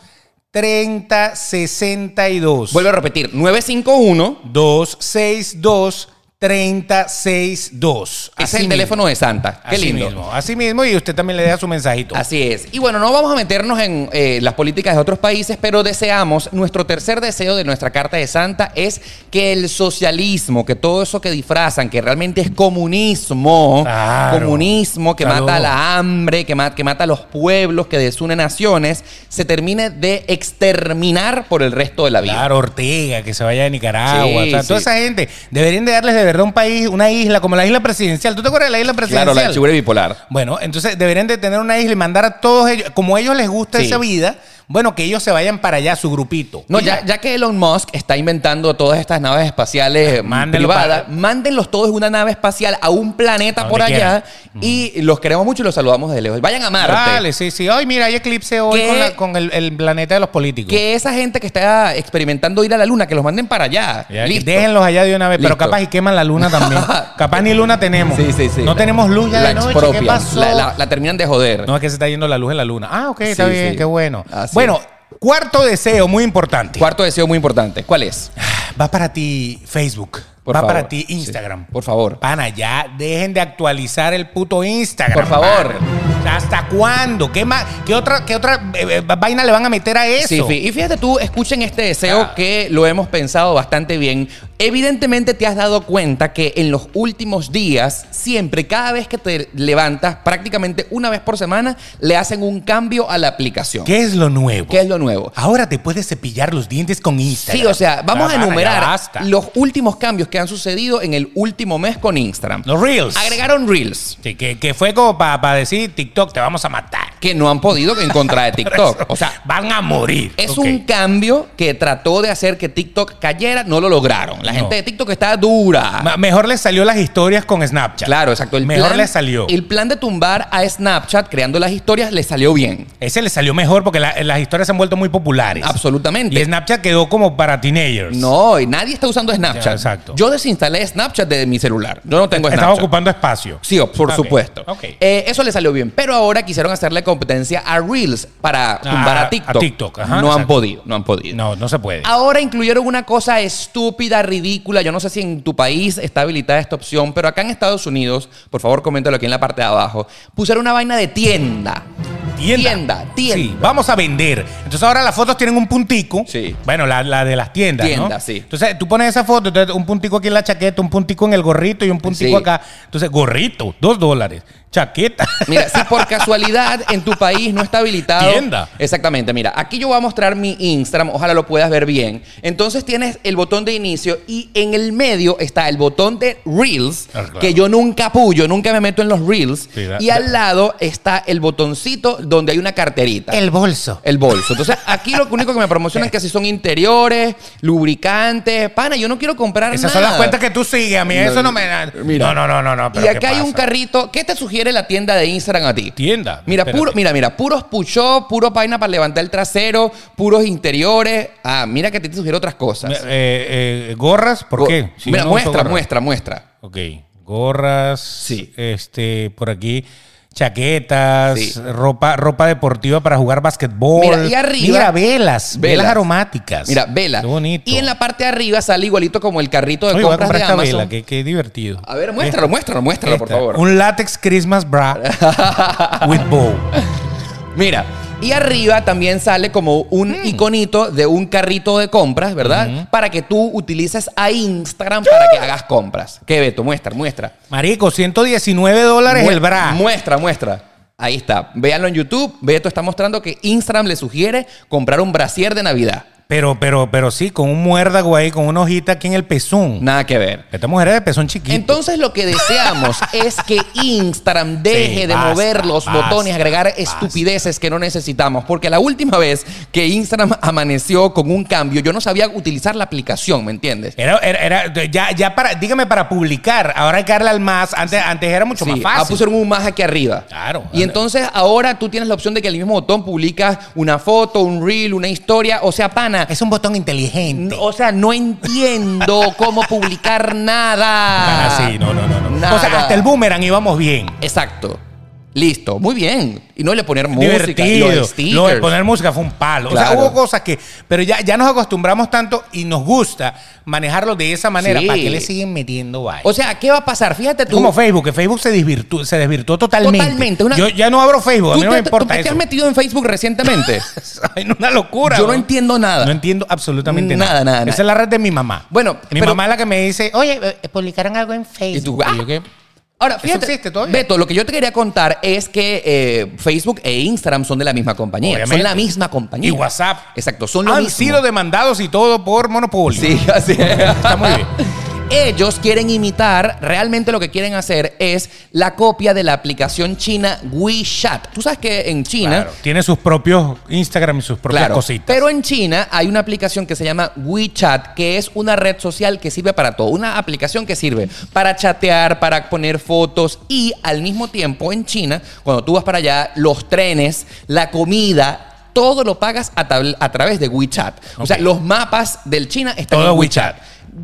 3062.
Vuelvo a repetir, 951.
262 3062.
Ese es el teléfono de Santa. Qué lindo.
Así mismo, así mismo, y usted también le deja su mensajito.
Así es. Y bueno, no vamos a meternos en eh, las políticas de otros países, pero deseamos, nuestro tercer deseo de nuestra Carta de Santa es que el socialismo, que todo eso que disfrazan, que realmente es comunismo,
Claro.
comunismo que
Saludos.
mata la hambre, que, ma- que mata a los pueblos, que desune naciones, se termine de exterminar por el resto de la vida.
Claro, Ortega, que se vaya de Nicaragua,
Sí,
o sea, toda
sí.
esa gente. Deberían de darles de verdad un país, una isla, como la isla presidencial. ¿Tú te acuerdas de la isla presidencial?
Claro, la chure bipolar.
Bueno, entonces deberían de tener una isla y mandar a todos ellos, como a ellos les gusta
Sí.
esa vida, bueno, que ellos se vayan para allá, su grupito.
No, ya, ya que Elon Musk está inventando todas estas naves espaciales eh,
Mándenlo
privadas,
Ah, para-
mándenlos todos en una nave espacial a un planeta
A
por
donde
allá y los queremos mucho y los saludamos de lejos. Vayan a Marte.
Dale, sí, sí. Ay, mira, hay eclipse hoy
¿Qué?
con, la- con el, el planeta de los políticos.
Que esa gente que está experimentando ir a la luna, que los manden para allá.
Ya,
Listo.
Déjenlos allá de una vez, pero
Listo.
capaz y queman la
[laughs]
luna también. capaz ni luna tenemos.
Sí, sí, sí.
No tenemos luz ya
la
de noche. ¿Qué
expropian.
pasó?
La, la- la terminan de joder.
No, es que se está yendo la luz en la luna. Ah, ok, está
Sí,
bien,
sí.
qué bueno.
Así
bueno, cuarto deseo, muy importante.
Cuarto deseo muy importante. ¿Cuál es?
Va para ti Facebook.
Por
va
favor.
para ti
Sí.
Instagram.
Por favor.
Pana, ya dejen de actualizar el puto Instagram.
Por favor.
pana. O sea, ¿Hasta cuándo? ¿Qué, más, qué otra, qué otra eh, eh, vaina le van a meter a eso?
Sí, fí- y fíjate tú, escuchen este deseo
Ah.
que lo hemos pensado bastante bien. Evidentemente te has dado cuenta que en los últimos días, siempre, cada vez que te levantas, prácticamente una vez por semana, le hacen un cambio a la aplicación.
¿Qué Ah, es lo nuevo?
¿Qué es lo nuevo?
Ahora te puedes cepillar los dientes con Instagram.
Sí, o sea, vamos a
pana, ya
enumerar
basta.
los últimos cambios que han sucedido en el último mes con Instagram.
Los Reels.
Agregaron Reels.
Sí, que, que fue como para decir TikTok, te vamos a matar.
que no han podido en contra
[laughs]
de TikTok. O sea,
van a morir.
es
Ok.
un cambio que trató de hacer que TikTok cayera, no lo lograron. La
No.
gente de TikTok está dura.
Ma- Mejor les salió las historias con Snapchat.
claro, exacto. El
mejor
plan-
le salió.
El plan de tumbar a Snapchat creando las historias le salió bien.
Ese le salió mejor porque la- las historias se han vuelto muy populares.
Absolutamente.
Y Snapchat quedó como para teenagers.
No, y nadie está usando Snapchat.
Ya, exacto.
Yo desinstalé Snapchat de mi celular. Yo no tengo
Estaba
Snapchat.
ocupando espacio.
Sí, o- por
Ok,
supuesto.
ok.
Eh, eso le salió bien. Pero ahora quisieron hacerle competencia a Reels para tumbar
Ah,
a TikTok.
a TikTok, ajá,
no han
exacto.
podido, no han podido.
No, no se puede.
Ahora incluyeron una cosa estúpida, ridícula. Yo no sé si en tu país está habilitada esta opción, pero acá en Estados Unidos, por favor, coméntalo aquí en la parte de abajo. Pusieron una vaina de tienda. Tienda, tienda.
Sí, vamos a vender. Entonces ahora las fotos tienen un puntico.
Sí.
Bueno, la, la de las tiendas. ¿no?
Tiendas, sí.
Entonces tú pones esa foto, entonces, un puntico aquí en la chaqueta, un puntico en el gorrito y un puntico
Sí.
acá. Entonces, gorrito, dos dólares. Chaqueta.
Mira, si por casualidad en tu país no está habilitado.
Tienda.
Exactamente, mira, aquí yo voy a mostrar mi Instagram, ojalá lo puedas ver bien. Entonces tienes el botón de inicio y en el medio está el botón de Reels,
Ah, claro.
que yo nunca puyo, nunca me meto en los Reels.
Sí, da-
y al lado está el botoncito donde hay una carterita.
bolso.
[laughs] El bolso. Entonces, aquí lo único que me promocionan es que si son interiores, lubricantes. Pana, yo no quiero comprar
Esas son
nada.
las cuentas que tú sigues. A mí eso no me da.
Mira.
No, no, no, no. no pero
y
¿qué
acá hay un
pasa?
carrito. ¿Qué te sugiere la tienda de Instagram a ti?
Tienda.
Mira,
Espérate.
puro, mira, mira, puros puchó, puro vaina para levantar el trasero, puros interiores. Ah, mira que a ti te sugiere otras
Eh,
cosas.
eh, eh, gorras, ¿por
Go-
qué? Si
mira,
yo no uso
muestra,
gorras.
muestra, muestra.
Ok, gorras,
Sí.
este, por aquí, chaquetas,
Sí.
ropa, ropa deportiva para jugar basquetbol.
Mira, y arriba-
Mira, velas, velas,
Velas.
aromáticas.
Mira, vela.
Qué bonito.
Y en la parte de arriba sale igualito como el carrito de
Oye, voy a
compras
comprar
de
esta
Amazon.
vela, qué, qué divertido.
A ver, muéstralo, muéstralo, muéstralo, por
Esta,
favor.
Un látex Christmas
[laughs]
bra with bow.
Mira, y arriba también sale como un
Mm.
iconito de un carrito de compras, ¿verdad? Para que tú utilices a Instagram para
¡Ah!
que hagas compras. Qué Beto, muestra, muestra.
Marico, 119 dólares
Mue-
el bra.
Muestra, muestra. Ahí está. Véanlo en YouTube. Beto está mostrando que Instagram le sugiere comprar un brasier de Navidad.
Pero, pero, pero sí, con un muérdago ahí, con una hojita aquí en el pezón.
Nada que ver.
Esta mujer es de pezón chiquito.
Entonces lo que
[laughs]
deseamos es que Instagram deje de
basta,
mover los
basta,
botones, agregar
basta.
estupideces que no necesitamos, porque la última vez que Instagram [laughs] amaneció con un cambio, yo no sabía utilizar la aplicación, ¿me entiendes?
Era, era, era- ya, ya para, dígame, para publicar. Ahora hay que darle al más. Antes, antes era mucho más
Sí,
fácil.
ah, pusieron un más aquí arriba.
Claro,
Y
vale.
entonces ahora tú tienes la opción de que el mismo botón publicas una foto, un reel, una historia. O sea, pana,
Es un botón inteligente.
o sea, no entiendo cómo publicar nada.
Ah, sí, no, no, no. no.
Nada.
O sea, hasta el boomerang íbamos bien.
Exacto. Listo, muy bien. Y no le poner música, y
Divertido.
los
Lo de
stickers.
poner música fue un palo. O
Claro.
sea, hubo cosas que. Pero ya, ya nos acostumbramos tanto y nos gusta manejarlo de esa manera.
Sí.
¿Para qué le siguen metiendo vaina?
O sea, ¿qué va a pasar? Fíjate tú.
como Facebook, que Facebook se desvirtuó, se desvirtuó totalmente.
Totalmente, una-
Yo ya no abro Facebook, a
¿Tú
mí no me
te- tú
importa
te
eso.
has metido en Facebook
[laughs]
recientemente?
Ay, una locura.
Yo no
bro.
entiendo nada.
No entiendo absolutamente
Nada,
nada.
nada, nada.
Esa es la red de mi mamá.
Bueno,
mi
pero-
mamá es la que me dice, oye, eh, publicaron algo en Facebook.
Y tú, ah.
yo, ¿qué?
Ahora,
Eso
fíjate,
existe todavía.
Beto, lo que yo te quería contar es que eh, Facebook e Instagram son de la misma compañía. Son
Obviamente.
la misma compañía.
Y WhatsApp.
Exacto, son lo
Han
mismo.
sido demandados y todo por Monopoly.
Sí, [laughs] así es.
Está muy bien.
Ellos quieren imitar, realmente lo que quieren hacer es la copia de la aplicación china WeChat. Tú sabes que en China
Claro, tiene sus propios Instagram y sus propias
Claro,
cositas.
Pero en China hay una aplicación que se llama WeChat, que es una red social que sirve para todo. Una aplicación que sirve para chatear, para poner fotos y al mismo tiempo en China, cuando tú vas para allá, los trenes, la comida. Todo lo pagas a, tabl- a través de WeChat. O sea,
Ok.
los mapas del China están
Todo
en
WeChat.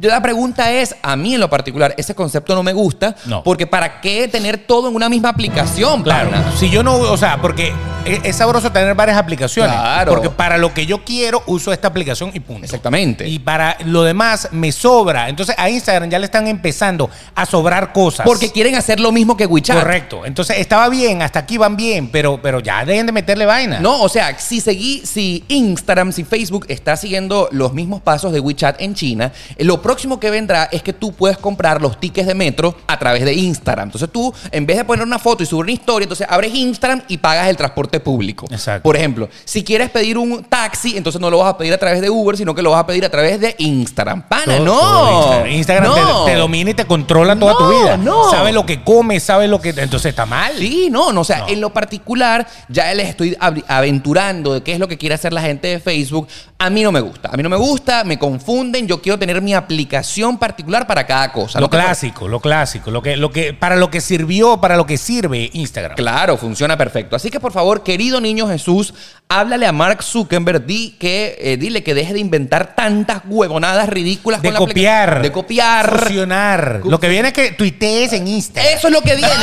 La pregunta es, a mí en lo particular, ese concepto no me gusta,
No.
porque ¿para qué tener todo en una misma aplicación?
Claro.
pana?
Si yo no, o sea, porque es es sabroso tener varias aplicaciones.
Claro.
Porque para lo que yo quiero, uso esta aplicación y punto.
Exactamente.
Y para lo demás, me sobra. Entonces a Instagram ya le están empezando a sobrar cosas.
Porque quieren hacer lo mismo que WeChat.
Correcto. Entonces estaba bien, hasta aquí van bien, pero, pero ya dejen de meterle vaina.
No, o sea, si seguí, si Instagram, si Facebook está siguiendo los mismos pasos de WeChat en China, eh, lo próximo que vendrá es que tú puedes comprar los tickets de metro a través de Instagram. Entonces tú, en vez de poner una foto y subir una historia, entonces abres Instagram y pagas el transporte público.
Exacto.
Por ejemplo, si quieres pedir un taxi, entonces no lo vas a pedir a través de Uber, sino que lo vas a pedir a través de Instagram. Pana,
Todo-
no.
todo Instagram, Instagram
No.
te, te domina y te controla toda tu
No,
vida.
no.
Sabe lo que comes, sabe lo que. Entonces está mal.
Sí, no, no, o sea,
No.
en lo particular, ya les estoy ab- aventurando de qué es lo que quiere hacer la gente de Facebook. A mí no me gusta, a mí no me gusta, me confunden, yo quiero tener mi aplicación particular para cada cosa.
Lo
¿no? Pero-
clásico, lo clásico, lo que, lo que, para lo que sirvió, para lo que sirve Instagram.
Claro, funciona perfecto. Así que por favor, querido niño Jesús, háblale a Mark Zuckerberg, di que, eh, dile que deje de inventar tantas huevonadas ridículas con
De
la aplica-
copiar.
De copiar.
Fusionar. Lo que viene es que tuitees en Instagram.
Eso es lo que
[laughs]
viene.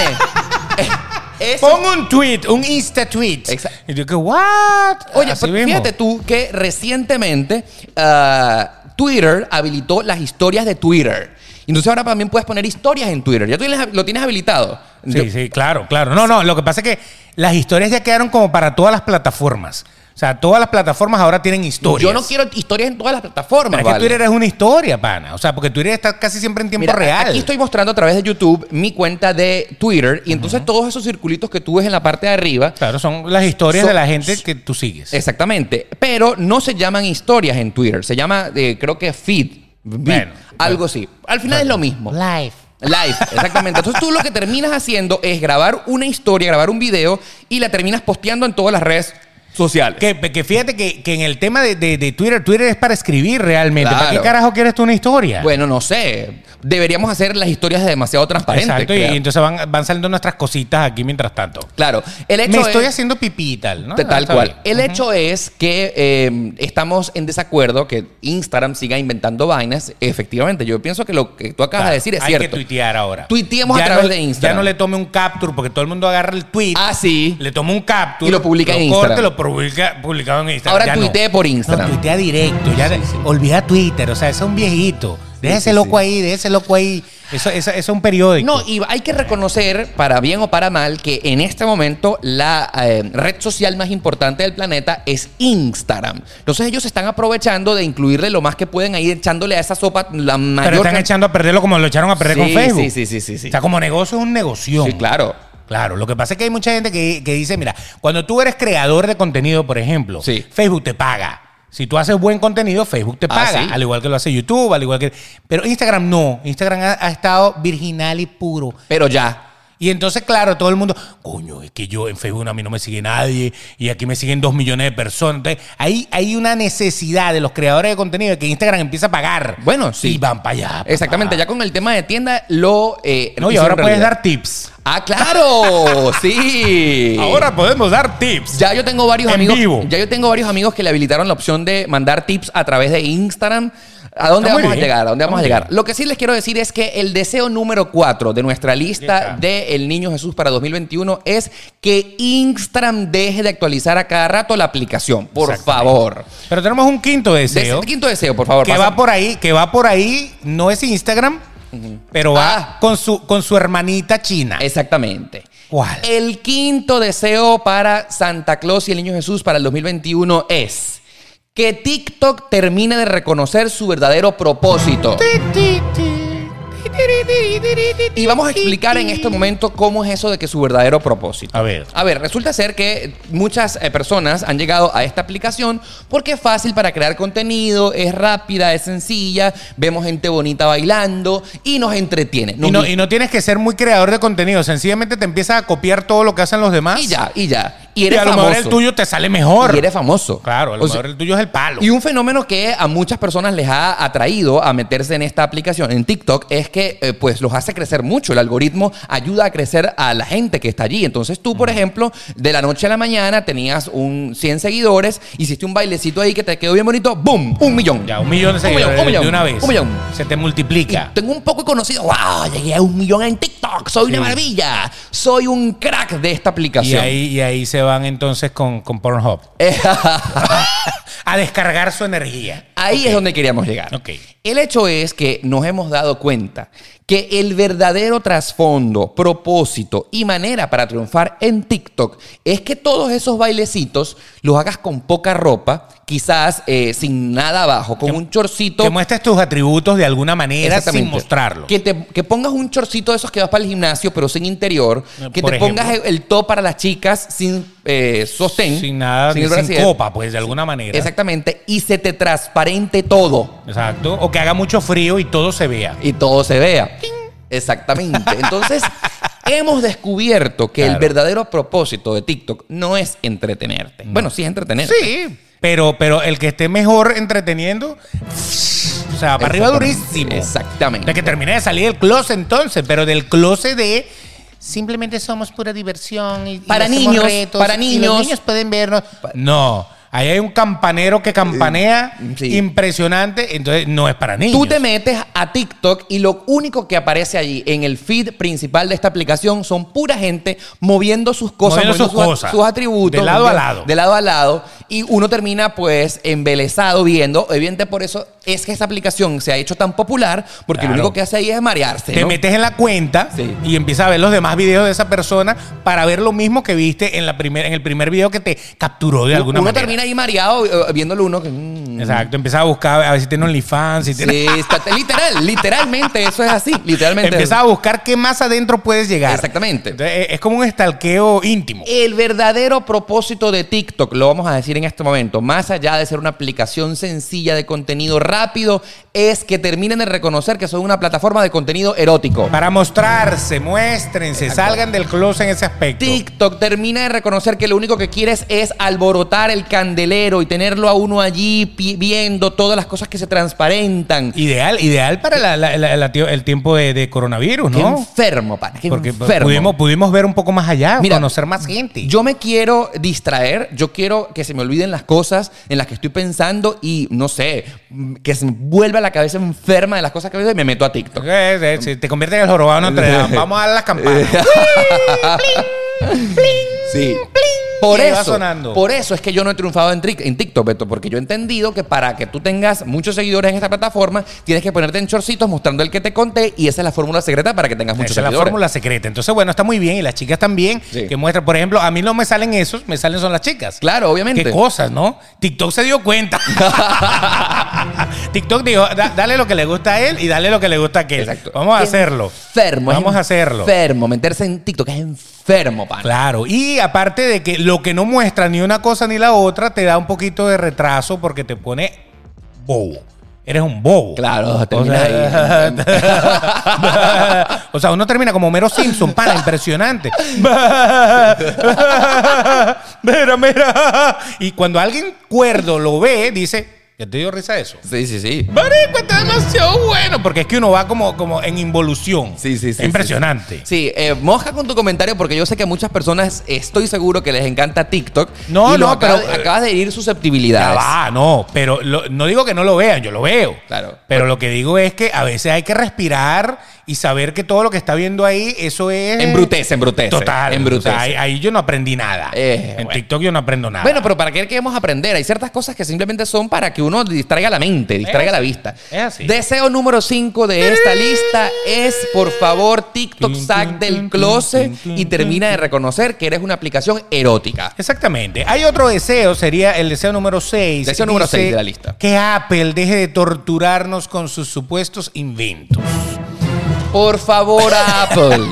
Eso
Pon un tweet, un Insta tweet.
Exacto.
Y yo que, ¿what?
Oye,
Así
pero
mismo.
fíjate tú que recientemente ah, Twitter habilitó las historias de Twitter. Entonces ahora también puedes poner historias en Twitter. Ya tú tienes- lo tienes habilitado. Yo-
Sí, sí, claro, claro. No, no, lo que pasa es que las historias ya quedaron como para todas las plataformas. O sea, todas las plataformas ahora tienen historias.
Yo no quiero historias en todas las plataformas.
Pero es que
vale.
Twitter es una historia, pana. O sea, porque Twitter está casi siempre en tiempo
Mira,
real.
Aquí estoy mostrando a través de YouTube mi cuenta de Twitter y entonces todos esos circulitos que tú ves en la parte de arriba
Claro, son las historias
Son-
de la gente que tú sigues.
Exactamente. Pero no se llaman historias en Twitter. Se llama, eh, creo que feed. Beat,
Bueno,
algo así. Al final es lo mismo. Live. Live, exactamente. Entonces tú lo que terminas haciendo es grabar una historia, grabar un video y la terminas posteando en todas las redes sociales.
Que, que fíjate que, que en el tema de, de- de Twitter, Twitter es para escribir realmente. ¿Para
Claro. Pues,
qué carajo quieres tú una historia?
Bueno, no sé. Deberíamos hacer las historias demasiado transparentes.
Exacto, y
claro.
entonces van, van saliendo nuestras cositas aquí mientras tanto.
Claro. El hecho
Me estoy
es-
haciendo pipí y tal, ¿no?
Te- Tal
Está
cual.
bien.
El hecho es que eh, estamos en desacuerdo que Instagram siga inventando vainas. Efectivamente, yo pienso que lo que tú acabas
Claro,
de decir es
hay que
cierto.
tuitear ahora.
Tuiteemos a
Ya
través
no-
de Instagram.
Ya no le tome un capture, porque todo el mundo agarra el tweet,
Ah, sí.
le toma un capture.
Y lo publica en
corta
Instagram.
y Lo publica publicado en Instagram.
Ahora
ya no.
tuitee por
No,
Instagram.
tuitea directo. Ya Olvida Twitter, o sea, ese es un viejito. Deja ese
sí,
loco ahí, deja ese loco ahí. Eso, eso- eso es un periódico.
No, y hay que reconocer, para bien o para mal, que en este momento la eh, red social más importante del planeta es Instagram. Entonces ellos se están aprovechando de incluirle lo más que pueden ahí, echándole a esa sopa la mayor...
Pero están
can-
echando a perderlo como lo echaron a perder con
Sí,
Facebook.
sí, sí, sí, sí, sí.
O sea, como negocio es un negocio.
Sí, claro.
Claro, lo que pasa es que hay mucha gente que, que dice, mira, cuando tú eres creador de contenido, por ejemplo,
Sí.
Facebook te paga. Si tú haces buen contenido, Facebook te
Ah,
paga,
¿sí?
al igual que lo hace YouTube, al igual que... Pero Instagram no, Instagram ha, ha estado virginal y puro.
Pero ya.
Y entonces, claro, todo el mundo, coño, es que yo en Facebook a mí no me sigue nadie y aquí me siguen dos millones de personas. Entonces, ahí hay una necesidad de los creadores de contenido de que Instagram empieza a pagar.
Bueno, sí.
Y van para allá. papá.
Exactamente, ya con el tema de tienda lo... eh,
Ah, No, y
hicieron
ahora puedes
realidad.
dar tips.
Ah, claro, [laughs] sí.
podemos dar tips.
Ya yo tengo varios
En
amigos.
vivo.
Ya yo tengo varios amigos que le habilitaron la opción de mandar tips a través de Instagram. ¿A dónde
Está muy
vamos a
bien.
llegar? ¿A dónde
Está
vamos a
muy
llegar?
bien.
Lo que sí les quiero decir es que el deseo número cuatro de nuestra lista
está.
de El Niño Jesús para 2021 es que Instagram deje de actualizar a cada rato la aplicación. Por
Exactamente.
favor.
Pero tenemos un quinto deseo.
Dese- quinto deseo, por favor.
que
pásame.
va por ahí, que va por ahí, no es Instagram, pero va
Ah.
con su con su hermanita china.
Exactamente.
¿Cuál?
El quinto deseo para Santa Claus y el Niño Jesús para el 2021 es que TikTok termine de reconocer su verdadero propósito. Y vamos a explicar en este momento cómo es eso de que su verdadero propósito.
A ver.
A ver, resulta ser que muchas eh, personas han llegado a esta aplicación porque es fácil para crear contenido, es rápida, es sencilla, vemos gente bonita bailando y nos entretiene. Nos
Y no, y no tienes que ser muy creador de contenido, sencillamente te empiezas a copiar todo lo que hacen los demás.
Y ya, y ya. Y
Y,
eres
a lo
famoso.
mejor el tuyo te sale mejor.
Y eres famoso.
Claro, a lo
O sea,
mejor el tuyo es el palo.
y un fenómeno que a muchas personas les ha atraído a meterse en esta aplicación, en TikTok, es que eh, pues los hace crecer mucho. El algoritmo ayuda a crecer a la gente que está allí. Entonces tú, por ejemplo, de la noche a la mañana tenías un 100 seguidores, hiciste un bailecito ahí que te quedó bien bonito, ¡boom! Un millón.
Ah, ya, un millón de
Un millón,
seguidores
un millón,
de una vez.
un millón.
Se te
Y
multiplica.
tengo un poco conocido, wow, llegué a un millón en TikTok, soy una
Sí.
maravilla, soy un crack de esta
Y
aplicación. [laughs] Eh,
ahí, y ahí se van entonces con, con Pornhub. a descargar su energía.
Ahí es donde queríamos llegar.
Ok.
El hecho es que nos hemos dado cuenta que el verdadero trasfondo, propósito y manera para triunfar en TikTok es que todos esos bailecitos los hagas con poca ropa, quizás eh, sin nada abajo, con un chorcito.
Que muestres tus atributos de alguna manera sin
Exactamente.
mostrarlo.
Que, te- que pongas un chorcito de esos que vas para el gimnasio, pero sin interior.
Eh,
Que
por
te
ejemplo.
pongas el- el top para las chicas sin eh, sostén.
Sin nada,
el
sin,
brasier.
copa, pues de alguna manera.
Exactamente. Y se te transparente todo.
Exacto. O que haga mucho frío y todo se vea.
y todo se vea. Exactamente. Entonces, hemos descubierto que el
Claro.
verdadero propósito de TikTok no es entretenerte. Bueno, sí es entretenerte.
Sí. Pero, pero el que esté mejor entreteniendo, o sea, para arriba
Exactamente.
durísimo.
Exactamente.
De que termine de salir del closet entonces, pero del closet de simplemente somos pura diversión y, y
Para
hacemos
niños, para
y
niños.
los niños pueden vernos. No, ahí hay un campanero que campanea
sí.
impresionante, entonces no es para niños.
Tú te metes a TikTok y lo único que aparece allí en el feed principal de esta aplicación son pura gente moviendo sus cosas,
Moviendo sus
sus,
cosas.
sus atributos.
De lado a
moviendo-
lado.
De lado a lado. Y uno termina pues embelesado viendo. Evidente por eso es que esta aplicación se ha hecho tan popular porque
Claro.
lo único que hace ahí es marearse.
Te
¿no?
metes en la cuenta
Sí.
y empiezas a ver los demás videos de esa persona para ver lo mismo que viste en, la primer- en el primer video que te capturó de alguna
uno
manera.
termina ahí mareado eh, viéndolo uno que...
[laughs]
mm,
Exacto, empiezas a buscar a ver si tiene OnlyFans, si tiene-
sí, está- literal, literalmente, eso es así. Literalmente.
Empiezas a buscar qué más adentro puedes llegar.
Exactamente.
Entonces, e, es- es como un estalqueo íntimo.
El verdadero propósito de TikTok, lo vamos a decir en este momento, más allá de ser una aplicación sencilla de contenido rápido, es que terminen de reconocer que son una plataforma de contenido erótico.
Para mostrarse, muéstrense, salgan del closet en ese aspecto.
TikTok termina de reconocer que lo único que quieres es alborotar el candelero y tenerlo a uno allí pi- viendo todas las cosas que se transparentan.
Ideal, ideal para la- la- la- la tío- el tiempo de, de coronavirus,
Qué
¿no?
enfermo, pana, qué
Porque
enfermo.
pudimos, pudimos ver un poco más allá,
Mira, mm,
conocer más gente.
Yo me quiero distraer, yo quiero que se me olviden las cosas en las que estoy pensando y no sé, mm, que se me vuelva la cabeza enferma de las cosas que veo y me meto a TikTok.
Es- es- si te conviertes en el jorobado de Notre
[laughs]
Dame. Vamos a dar las campanas.
Sí. Por
Y ahí va
eso,
sonando.
por eso es que yo no he triunfado en, tric- en TikTok, Beto, porque yo he entendido que para que tú tengas muchos seguidores en esta plataforma, tienes que ponerte en chorcitos mostrando el que te conté y esa es la fórmula secreta para que tengas muchos
Esa es la
seguidores.
fórmula secreta. Entonces, bueno, está muy bien. Y las chicas también.
Sí.
Que muestran, por ejemplo, a mí no me salen esos, me salen son las chicas.
Claro, obviamente.
Qué cosas, ¿no? TikTok se dio
[laughs]
cuenta. TikTok dijo, "Da- dale lo que le gusta a él y dale lo que le gusta a aquel.
Exacto.
Vamos a
Qué
hacerlo.
Enfermo. es
Vamos a hacerlo.
Enfermo. Meterse en TikTok es enfermo, pana.
Claro. Y aparte de que Lo que no muestra ni una cosa ni la otra te da un poquito de retraso porque te pone bobo. Eres un bobo.
Claro,
O
terminas
sea, [laughs] o sea, uno termina como Homero Simpson,
[laughs]
para, impresionante. mira, mira. Y cuando alguien cuerdo lo ve, dice, ¿ya te dio risa eso?
[laughs] Sí, sí, sí.
Marico, está demasiado bueno. Porque es que uno va como, como en involución.
Sí, sí, sí.
Impresionante.
Sí, sí. Sí, eh, moja con tu comentario porque yo sé que a muchas personas estoy seguro que les encanta TikTok.
No,
y lo
no,
acabas-
pero, eh,
Acabas de herir
Ya
susceptibilidades.
va, no, pero lo- no digo que no lo vean, yo lo veo.
Claro.
Pero lo que digo es que a veces hay que respirar y saber que todo lo que está viendo ahí, eso es.
Embrutece, embrutece.
Total.
Embrutece.
O sea, ahí, ahí yo no aprendí nada.
Eh,
en
bueno.
TikTok yo no aprendo nada.
Bueno, pero ¿para qué queremos aprender? Hay ciertas cosas que simplemente son para que uno distraiga la mente, distraiga
Es
la
así,
vista.
es así.
Deseo número 5 de esta lista es, por favor, TikTok
Tin,
sac
tin,
del
tin,
closet
tin, tin,
y
tin,
termina de reconocer que eres una aplicación erótica.
Exactamente. Hay otro deseo, sería el deseo número 6.
Deseo número seis de la lista.
Que Apple deje de torturarnos con sus supuestos inventos.
Por favor, [laughs] Apple.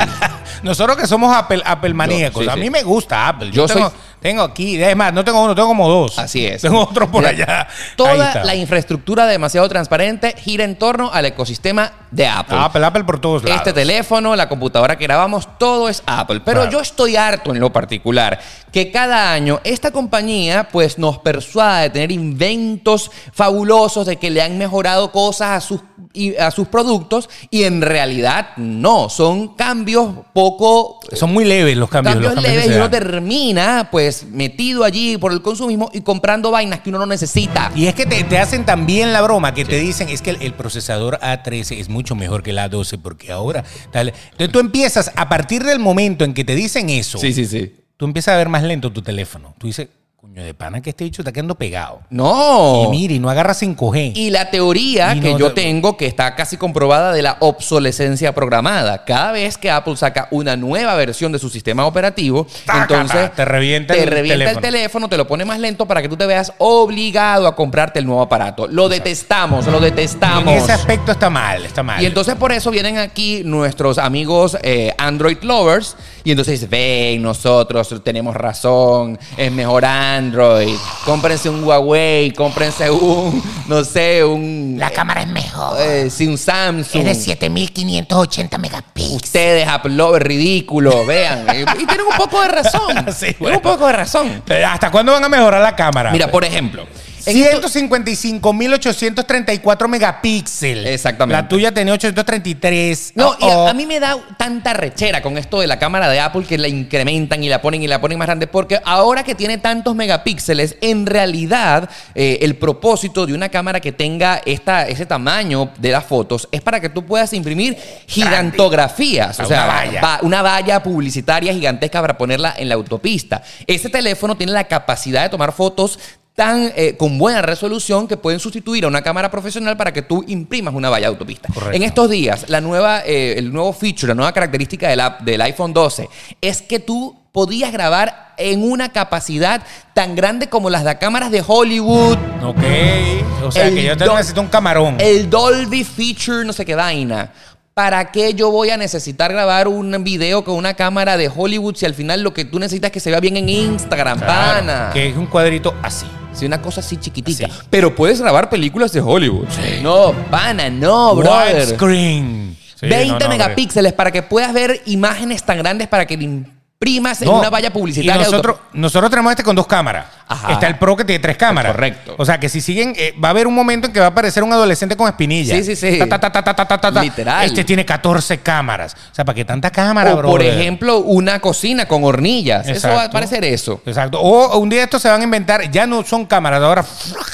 Nosotros que somos Apple, Apple maníacos.
sí,
a
sí.
mí me gusta Apple.
Yo
Yo, tengo,
soy-
tengo aquí, es más, no tengo uno, tengo como dos.
Así es.
Tengo otro por
Mira,
allá. Ahí
Toda
está.
la infraestructura demasiado transparente gira en torno al ecosistema de Apple.
Apple, Apple por todos lados.
Este teléfono, la computadora que grabamos, todo es Apple. Pero
Claro.
yo estoy harto en lo particular que cada año esta compañía pues nos persuada de tener inventos fabulosos, de que le han mejorado cosas a sus, y- a sus productos y en realidad no, son cambios poco...
Son muy leves los cambios.
Cambios,
los
leves
que
y
se
uno
dan.
termina pues metido allí por el consumismo y comprando vainas que uno no necesita.
Y es que te, te hacen también la broma que te dicen es que el, el procesador A13 es mucho mejor que el A12 porque ahora tal. Entonces tú empiezas a partir del momento en que te dicen eso,
sí, sí.
tú empiezas a ver más lento tu teléfono. Tú dices, coño de pana que este bicho está quedando pegado.
No.
Y mira, y no agarra 5G.
Oh. Y la teoría
Y
que
no
yo
te-
tengo, que está casi comprobada, de la obsolescencia programada. Cada vez que Apple saca una nueva versión de su sistema operativo,
Tácata,
entonces
te revienta
te
el
revienta
teléfono.
teléfono, te lo pone más lento para que tú te veas obligado a comprarte el nuevo aparato. Lo detestamos, lo
en
detestamos.
ese aspecto está mal, está mal.
Y entonces por eso vienen aquí nuestros amigos eh, Android lovers y entonces ven, nosotros tenemos razón, es mejor Android, cómprense un Huawei, cómprense un, no sé, un...
La cámara es mejor.
eh, sí, un Samsung.
Es de 7580 megapíxeles.
Ustedes, Apple lovers, ridículo,
[laughs]
vean. Eh, y tienen un poco de razón.
Sí,
Tienen
bueno.
un poco de razón.
¿Hasta cuándo van a mejorar la cámara?
Mira, por ejemplo, en esto-
155.834 megapíxeles.
Exactamente.
La tuya tenía 833.
No,
Oh,
y a,
oh.
a mí me da tanta rechera con esto de la cámara de Apple que la incrementan y la ponen y la ponen más grande porque ahora que tiene tantos megapíxeles, en realidad eh, el propósito de una cámara que tenga esta, ese tamaño de las fotos es para que tú puedas imprimir gigantografías, o
Una
sea,
valla.
va- una valla publicitaria gigantesca para ponerla en la autopista. Ese teléfono tiene la capacidad de tomar fotos tan eh, con buena resolución que pueden sustituir a una cámara profesional para que tú imprimas una valla de autopista.
Correcto.
En estos días, la nueva, eh, el nuevo feature, la nueva característica del, app- del iPhone 12 es que tú podías grabar en una capacidad tan grande como las de cámaras de Hollywood.
Ok. O sea,
El
que yo te
don-
necesito un camarón.
El Dolby Feature, no sé qué vaina. ¿Para qué yo voy a necesitar grabar un video con una cámara de Hollywood si al final lo que tú necesitas es que se vea bien en Instagram,
Claro,
pana?
Que es un cuadrito así.
Sí, una cosa así chiquitica.
Así.
Pero puedes grabar películas de Hollywood. No, pana, no, brother.
Widescreen. Sí,
20
no, no,
megapíxeles para que puedas ver imágenes tan grandes para que le imprimas en
No.
una valla publicitaria.
Y nosotros,
auto-
nosotros tenemos este con dos cámaras.
Ajá.
Está el Pro que tiene tres cámaras.
Correcto.
O sea que si siguen, eh, va a haber un momento en que va a aparecer un adolescente con espinilla.
Sí, sí, sí.
Ta, ta, ta, ta, ta, ta, ta, ta.
Literal.
Este tiene 14 cámaras. O sea, ¿para qué tanta cámara,
o,
bro?
por ejemplo, una cocina con hornillas. Eso va a
Exacto.
parecer eso.
Exacto. O un día estos se van a inventar, ya no son cámaras, ahora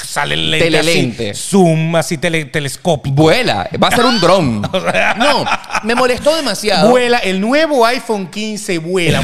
sale el lente así,
Telelente.
zoom, así tele- telescópico.
Vuela, va a ser un dron.
[laughs]
no, me molestó demasiado.
Vuela, el nuevo iPhone
[laughs]
15 vuela.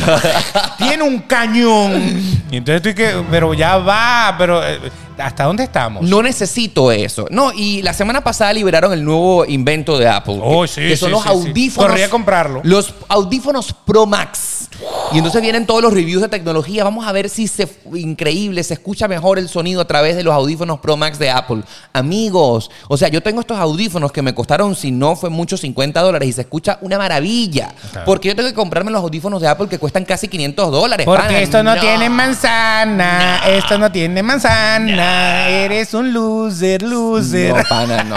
Tiene un cañón. Y entonces tú que, pero ya va, pero eh, ¿hasta dónde estamos?
No necesito eso. No, y la semana pasada liberaron el nuevo invento de Apple.
Oh,
que,
sí,
que son
sí,
los
sí, sí.
audífonos.
Corrí a comprarlo.
Los audífonos Pro Max. Y entonces vienen todos los reviews de tecnología. Vamos a ver si se increíble, se escucha mejor el sonido a través de los audífonos Pro Max de Apple. Amigos, o sea, yo tengo estos audífonos que me costaron, si no fue mucho, 50 dólares y se escucha una maravilla. Porque yo tengo que comprarme los audífonos de Apple que cuestan casi 500 dólares. pana.
Porque esto no,
eh, No.
tiene manzana, esto no tiene manzana, eres un loser, loser.
No, pana, no.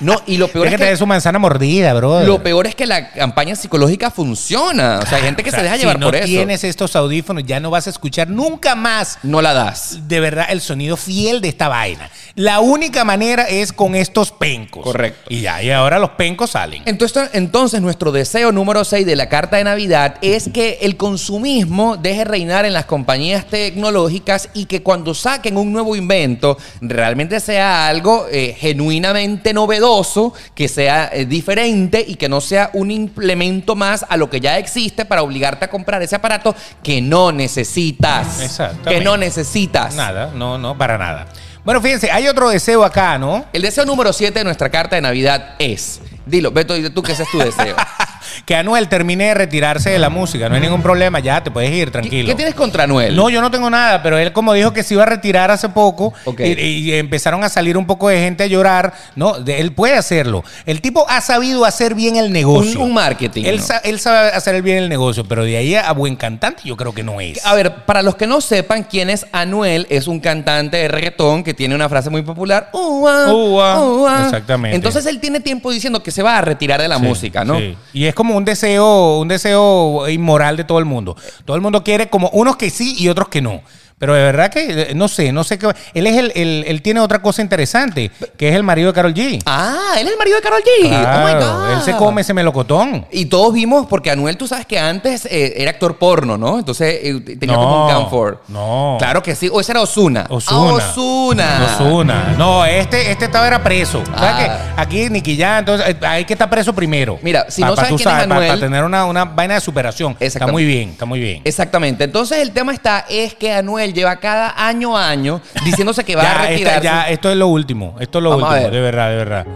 No, y lo peor
Es que
es que
te su manzana mordida, bro.
Lo peor es que la campaña psicológica funciona. O sea, hay gente que
Ah, O sea,
se deja llevar
si no
por eso.
tienes estos audífonos, ya no vas a escuchar nunca más
No la das.
de verdad el sonido fiel de esta vaina. La única manera es con estos pencos.
Correcto.
Y ya, y ahora los pencos salen.
Entonces, entonces, nuestro deseo número 6 de la carta de Navidad es que el consumismo deje reinar en las compañías tecnológicas y que cuando saquen un nuevo invento realmente sea algo eh, genuinamente novedoso, que sea eh, diferente y que no sea un implemento más a lo que ya existe para obligarte a comprar ese aparato que no necesitas.
Exactamente.
Que no necesitas.
Nada, no, no, para nada. Bueno, fíjense, hay otro deseo acá, ¿no?
El deseo número 7 de nuestra carta de Navidad es. Dilo, Beto, dile tú que ese es tu [laughs] deseo.
Que Anuel termine de retirarse de la música. No hay ningún problema, ya te puedes ir,
¿Qué,
tranquilo.
qué tienes contra Noel?
No, yo no tengo nada, pero él como dijo que se iba a retirar hace poco
Ok.
y, y empezaron a salir un poco de gente a llorar, ¿no? de- él puede hacerlo. El tipo ha sabido hacer bien el negocio.
Un- un marketing,
Él,
¿no?
sa- él sabe hacer bien el negocio, pero de ahí a buen cantante yo creo que no es.
A ver, para los que no sepan quién es Anuel, es un cantante de reggaetón que tiene una frase muy popular. "Ua,
Ua,
ua".
exactamente.
Entonces él tiene tiempo diciendo que se va a retirar de la
Sí,
música, ¿no?
sí. Y es como un deseo, un deseo inmoral de todo el mundo. Todo el mundo quiere como unos que sí y otros que no. Pero de verdad que eh, no sé, no sé qué. Él es el, el- él tiene otra cosa interesante, que es el marido de Carol G.
Ah, él es el marido de Carol G. oh my
Claro,
God.
él se come ese melocotón.
Y todos vimos, porque Anuel, tú sabes que antes eh, era actor porno, ¿no? Entonces eh, tenía
No,
como un camphor.
no. Ah,
Claro que sí. O ese era Osuna.
Osuna. Osuna. No, este, este estaba era preso. O sea
Ah.
que aquí Nicky ya, entonces eh, hay que estar preso primero.
Mira, si
Pa-
no
pa-
sabes
tú
quién es
pa-
Anuel-
Para tener una, una vaina de superación. Está
Exactamente.
muy bien, está muy bien.
Exactamente. Entonces el tema está es que Anuel lleva cada año a año diciéndose que va a
[laughs] Ya, esta-
retirarse.
ya, esto es lo último. Esto es lo
Vamos a
último,
ver.
de verdad, de verdad.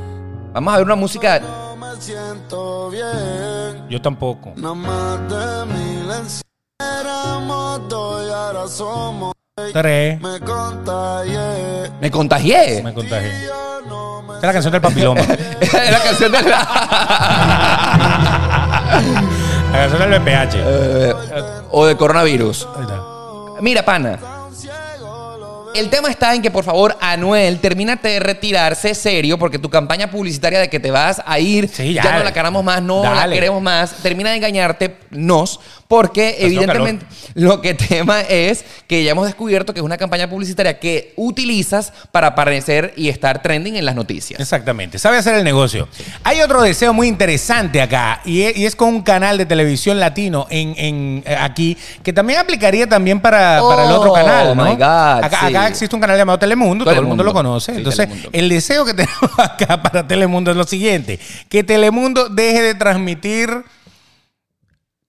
Vamos a ver una música.
No me siento bien.
Yo tampoco.
Nada más de mil en- éramos dos y ahora somos.
Tres.
Me contagié.
Me contagié.
[laughs] Me contagié. Esta
Yo no me
es la canción del papiloma.
Era la canción de
la canción
[laughs]
del BPH.
[laughs] o de coronavirus.
Ahí está.
Mira, pana. El tema está en que, por favor, Anuel, termínate de retirarse serio, porque tu campaña publicitaria de que te vas a ir,
Sí,
ya,
ya.
no la caramos más, no la
Dale.
queremos más, termina de engañarte, nos, porque evidentemente lo que [laughs] tema es que ya hemos descubierto que es una campaña publicitaria que utilizas para aparecer y estar trending en las noticias.
Exactamente, sabe hacer el negocio. Hay otro deseo muy interesante acá y e- y es, con un canal de televisión latino en, en, eh, aquí que también aplicaría también para, para el otro
Oh,
canal, ¿no?
my God,
acá,
sí.
acá existe un canal llamado Telemundo,
Todo
todo,
el
el mundo, lo
mundo.
conoce.
Sí,
Entonces,
Telemundo.
el deseo que [laughs] tenemos acá para Telemundo es lo siguiente, que Telemundo deje de transmitir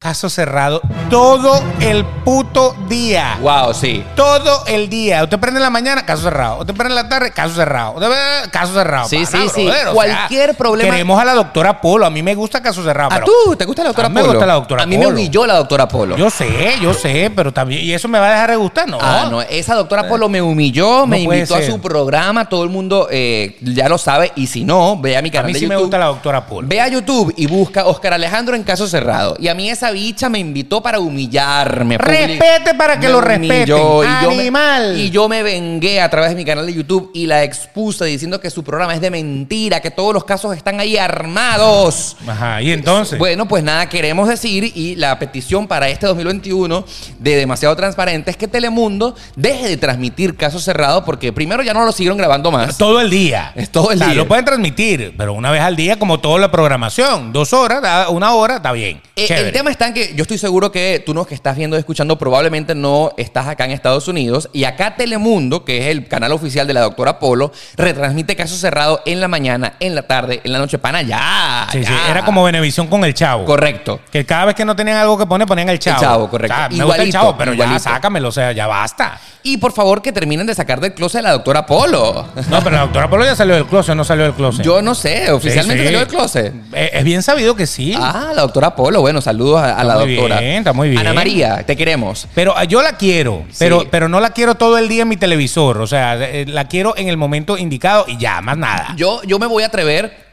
caso cerrado todo el puto día.
Wow, sí.
Todo el día. Usted prende en la mañana, caso cerrado. Usted prende en la tarde, caso cerrado. Usted prende- Caso cerrado.
Sí,
Pana,
sí, sí.
brother, o
Cualquier problema-
Queremos a la doctora Polo. A mí me gusta caso cerrado.
¿A
Ah, pero
tú? ¿Te gusta la doctora
a mí me
Polo?
gusta la doctora
A mí
Polo.
me humilló la doctora Polo.
Yo sé, yo sé, pero también. ¿Y eso me va a dejar de gustar? No.
Ah, no, esa doctora Polo me humilló, me
No puede
invitó a
ser.
su programa, todo el mundo eh, ya lo sabe, y si no, ve a mi
a
canal
mí
de
sí me
YouTube.
gusta la doctora Polo.
Ve a YouTube y busca Oscar Alejandro en caso cerrado. Y a mí esa bicha me invitó para humillarme. public-
Respete para que
Me
lo respeten,
humilló Yo
animal.
me, y yo me vengué a través de mi canal de YouTube y la expuse diciendo que su programa es de mentira, que todos los casos están ahí armados.
Ajá, y entonces.
Bueno, pues nada, queremos decir y la petición para este 2021 de demasiado transparente es que Telemundo deje de transmitir casos cerrados porque primero ya no lo siguieron grabando más.
todo el día.
Es todo el
O sea,
día.
Lo pueden transmitir, pero una vez al día, como toda la programación. Dos horas, da- una hora, está bien.
Eh,
Chévere.
el tema está en que yo estoy seguro que tú nos que estás viendo y escuchando probablemente no estás acá en Estados Unidos y acá Telemundo, que es el canal oficial de la doctora Polo, retransmite casos cerrados en la mañana, en la tarde, en la noche. Pana, ya.
Sí, sí,
ya.
Era como Benevisión con el chavo.
Correcto.
Que cada vez que no tenían algo que poner, ponían el chavo.
Chavo, correcto.
O sea, me
Igualito,
gusta el chavo, pero
igualito.
ya sácamelo, o sea, ya basta.
Y por favor que terminen de sacar del closet a la doctora Polo.
No, pero la doctora Polo ya salió del closet, no salió del closet.
Yo no sé,
Sí,
oficialmente
sí.
salió del closet.
Eh, Es bien sabido que sí.
Ah, la doctora Polo. Bueno, saludos a, a la
Está muy
doctora.
bien, está muy bien.
Ana María, te queremos.
Pero ah, yo la quiero, pero,
Sí.
pero no la quiero todo el día en mi televisor. O sea, eh, la quiero en el momento indicado y ya, más nada.
Yo, yo me voy a atrever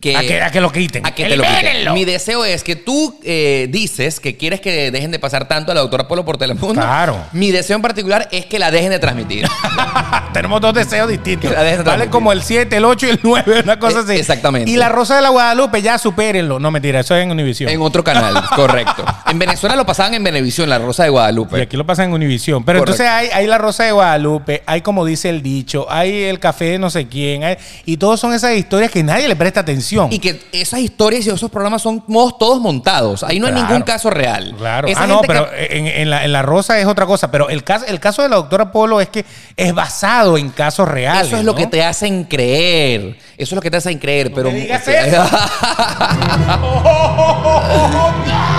que...
a, que, a que lo quiten.
a que te lo quiten.
¡Elimínenlo!
Mi deseo es que tú eh, dices que quieres que dejen de pasar tanto a la doctora Polo por Telemundo.
Claro.
Mi deseo en particular es que la dejen de transmitir.
Ah, Tenemos dos
[laughs]
deseos distintos.
La dejen
Vale
tranquila.
como el 7, el 8 y el 9, una cosa
Eh,
así.
exactamente.
Y la Rosa de la Guadalupe, ya supérenlo. No, mentira, eso es en Univisión.
en otro canal, correcto. En Venezuela lo pasaban en Venevisión, La Rosa de
Y
Guadalupe.
aquí lo pasan en Univisión. Pero
Correcto.
entonces hay, hay la Rosa de Guadalupe, hay como dice el dicho, hay el café de no sé quién, hay- y todos son esas historias que nadie le presta atención.
Y que esas historias y esos programas son mos- todos montados. Ahí no hay
Claro.
ningún caso real.
Claro.
Esa
ah, no,
gente que-
pero en, en la, en la Rosa es otra cosa. Pero el caso, el caso de la doctora Polo es que es basado en casos reales.
Eso es lo
¿no?
que te hacen creer. Eso es lo que te hacen creer. pero
me digas eso.
[laughs]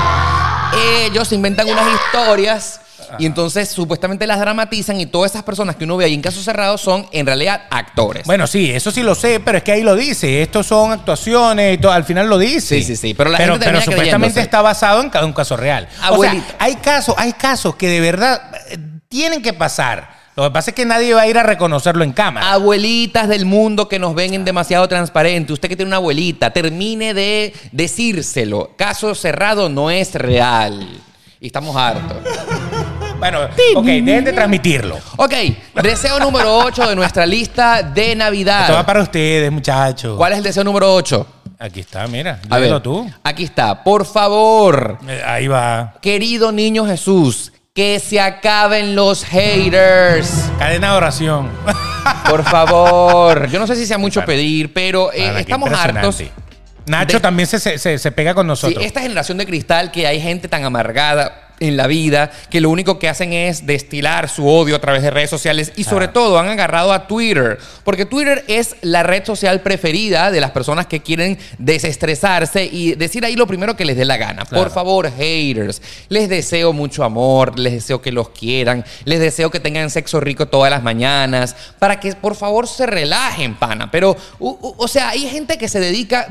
Ellos inventan unas historias y entonces supuestamente las dramatizan y todas esas personas que uno ve ahí en casos cerrados son en realidad actores.
Bueno, sí, eso sí lo sé, pero es que ahí lo dice. Estos son actuaciones y todo. Al final lo dice.
Sí, sí, sí, pero la
pero,
gente
pero
termina
supuestamente
creyéndose.
está basado en ca- un caso real.
Abuelito.
O sea, hay casos, hay casos que de verdad eh, tienen que pasar. Lo que pasa es que nadie va a ir a reconocerlo en cámara.
Abuelitas del mundo que nos ven en demasiado transparente. Usted que tiene una abuelita, termine de decírselo. Caso cerrado no es real. Y estamos hartos. Ah,
Bueno, ok, dejen de transmitirlo.
Ok, deseo número 8 de nuestra lista de
Esto va
Navidad.
para ustedes, muchachos.
¿Cuál es el deseo número 8?
Aquí está, mira.
A ver,
Dilo tú.
aquí está. Por favor,
Eh, Ahí va.
querido niño Jesús, que se acaben los haters.
Cadena de oración.
Eh, Por favor. Yo no sé si sea mucho pedir, pero eh,
[laughs] Para que
estamos
impresionante.
hartos.
Nacho
De-
también se, se- se- se pega con
Sí,
nosotros.
esta generación de cristal que hay gente tan amargada en la vida que lo único que hacen es destilar su odio a través de redes sociales y sobre todo han agarrado a Twitter, porque Twitter es la red social preferida de las personas que quieren desestresarse y decir ahí lo primero que les dé la gana. Por favor, haters, les deseo mucho amor, les deseo que los quieran, les deseo que tengan sexo rico todas las mañanas, para que por favor se relajen, pana. Pero, u- u- o sea, hay gente que se dedica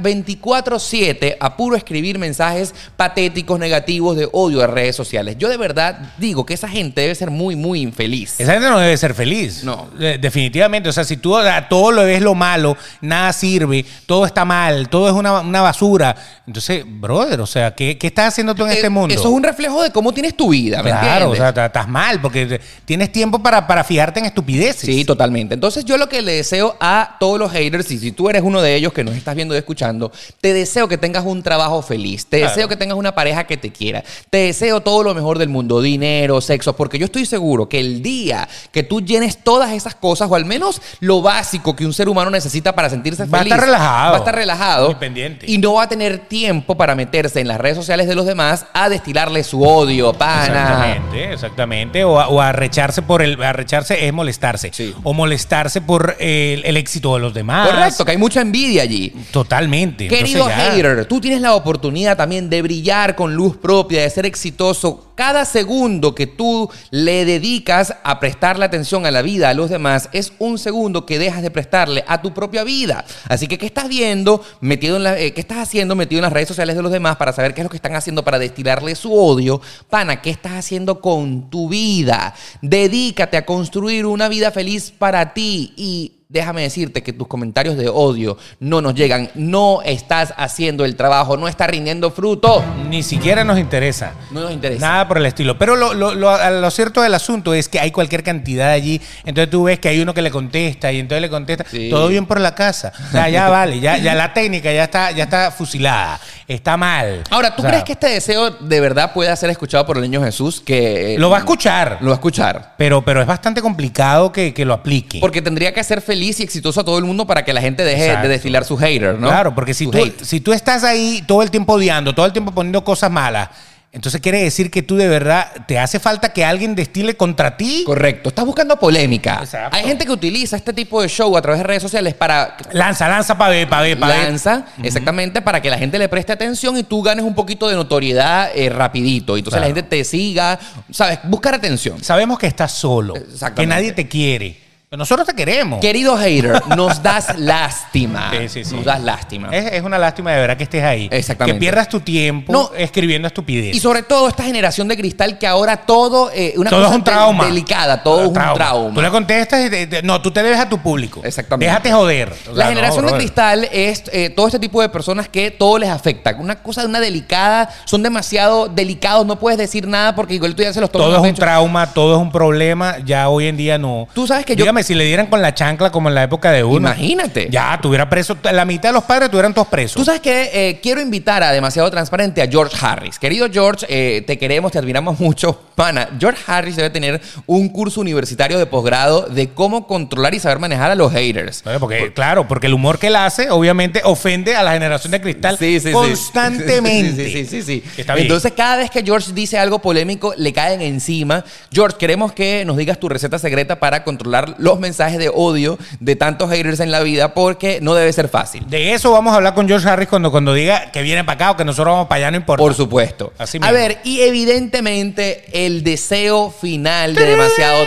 24/7 a puro escribir mensajes patéticos, negativos, de odio a redes sociales. Yo de verdad digo que esa gente debe ser muy, muy infeliz.
Esa gente no debe ser feliz.
No.
De- definitivamente. O sea, si tú a todo lo ves lo malo, nada sirve, todo está mal, todo es una, una basura. Entonces, brother, o sea, ¿qué, qué estás haciendo tú en
Eh,
este mundo?
Eso es un reflejo de cómo tienes tu vida, ¿me
Claro, o
entiendes?
sea, ta- estás mal porque te- tienes tiempo para, para fijarte en estupideces.
Sí, totalmente. Entonces yo lo que le deseo a todos los haters, y si tú eres uno de ellos que nos estás viendo y escuchando, te deseo que tengas un trabajo feliz, te
Claro.
deseo que tengas una pareja que te quiera, te deseo todo lo mejor del mundo, dinero, sexo, porque yo estoy seguro que el día que tú llenes todas esas cosas, o al menos lo básico que un ser humano necesita para sentirse
Va a
feliz,
estar relajado.
va a estar relajado
Y pendiente.
y no va a tener tiempo para meterse en las redes sociales de los demás a destilarle su odio, pana.
Exactamente, exactamente. O, a- o arrecharse por el. Arrecharse es molestarse.
Sí.
O molestarse por el, el éxito de los demás.
Correcto, que hay mucha envidia allí.
Totalmente.
Querido
Entonces ya-
hater, tú tienes la oportunidad también de brillar con luz propia, de ser exitoso. Cada segundo que tú le dedicas a prestarle atención a la vida, a los demás, es un segundo que dejas de prestarle a tu propia vida. Así que, ¿qué estás viendo metido en la- eh, qué estás haciendo metido en las redes sociales de los demás para saber qué es lo que están haciendo para destilarle su odio? Pana, ¿qué estás haciendo con tu vida? Dedícate a construir una vida feliz para ti y Déjame decirte que tus comentarios de odio no nos llegan. No estás haciendo el trabajo, no está rindiendo fruto.
Ni siquiera nos interesa.
No nos interesa.
Nada por el estilo. Pero lo, lo- lo- lo cierto del asunto es que hay cualquier cantidad allí. Entonces tú ves que hay uno que le contesta y entonces le contesta.
Sí.
Todo bien por la casa. O
[laughs]
sea, ya vale, ya, ya la técnica ya está, ya está fusilada. Está mal.
Ahora, ¿tú
O sea,
crees que este deseo de verdad pueda ser escuchado por el niño Jesús? Que eh,
Lo va a escuchar.
Lo va a escuchar.
Pero, pero es bastante complicado que, que lo aplique.
Porque tendría que ser feliz y exitoso a todo el mundo para que la gente deje
Exacto.
de desfilar su hater, ¿no?
Claro, porque si
Su
tú,
hate.
si tú estás ahí todo el tiempo odiando, todo el tiempo poniendo cosas malas, Entonces quiere decir que tú de verdad te hace falta que alguien destile contra ti
Correcto. Estás buscando polémica.
Exacto.
Hay gente que utiliza este tipo de show a través de redes sociales para
Lanza, lanza pa' ver, pa' ver, pa' ver.
lanza, exactamente, para que la gente le preste atención y tú ganes un poquito de notoriedad eh, rapidito. Y entonces la
Claro.
gente te siga, ¿sabes? Buscar atención.
Sabemos que estás solo,
Exactamente.
que nadie te quiere, pero nosotros te queremos.
Querido
[laughs]
hater, nos das lástima.
Sí, sí, sí.
Nos das lástima.
Es, es una lástima de verdad que estés ahí.
Exactamente.
Que pierdas tu tiempo
No.
escribiendo estupidez.
Y sobre todo esta generación de cristal que ahora todo, eh, una
todo
cosa
es un
de-
trauma.
delicada, todo es un trauma.
Tú le contestas y te- te- no, tú te debes a tu público.
Exactamente.
Déjate joder. O sea,
La
no,
generación de
brother.
cristal es eh, todo este tipo de personas que todo les afecta. Una cosa de una delicada, son demasiado delicados, no puedes decir nada porque igual tú ya se los tomas.
Todo
a
es un
pecho.
trauma, todo es un problema. Ya hoy en día no.
Tú sabes que yo-
Dígame, si le dieran con la chancla como en la época de uno.
Imagínate.
Ya, tuviera preso. La mitad de los padres tuvieran todos presos.
Tú sabes que eh, quiero invitar a Demasiado Transparente a George Harris. Querido George, eh, te queremos, te admiramos mucho. Pana, George Harris debe tener un curso universitario de posgrado de cómo controlar y saber manejar a los haters.
Eh, Porque, claro, porque el humor que él hace, obviamente, ofende a la generación de cristal
Sí, sí, sí.
constantemente.
[laughs] Sí, sí, sí, sí.
Está bien.
Entonces, cada vez que George dice algo polémico, le caen encima. George, queremos que nos digas tu receta secreta para controlar los mensajes de odio de tantos haters en la vida, porque no debe ser fácil.
de eso vamos a hablar con George Harris cuando, cuando diga que viene para acá o que nosotros vamos para allá, no importa.
Por supuesto.
Así
A
mismo.
ver, y evidentemente el deseo final de demasiado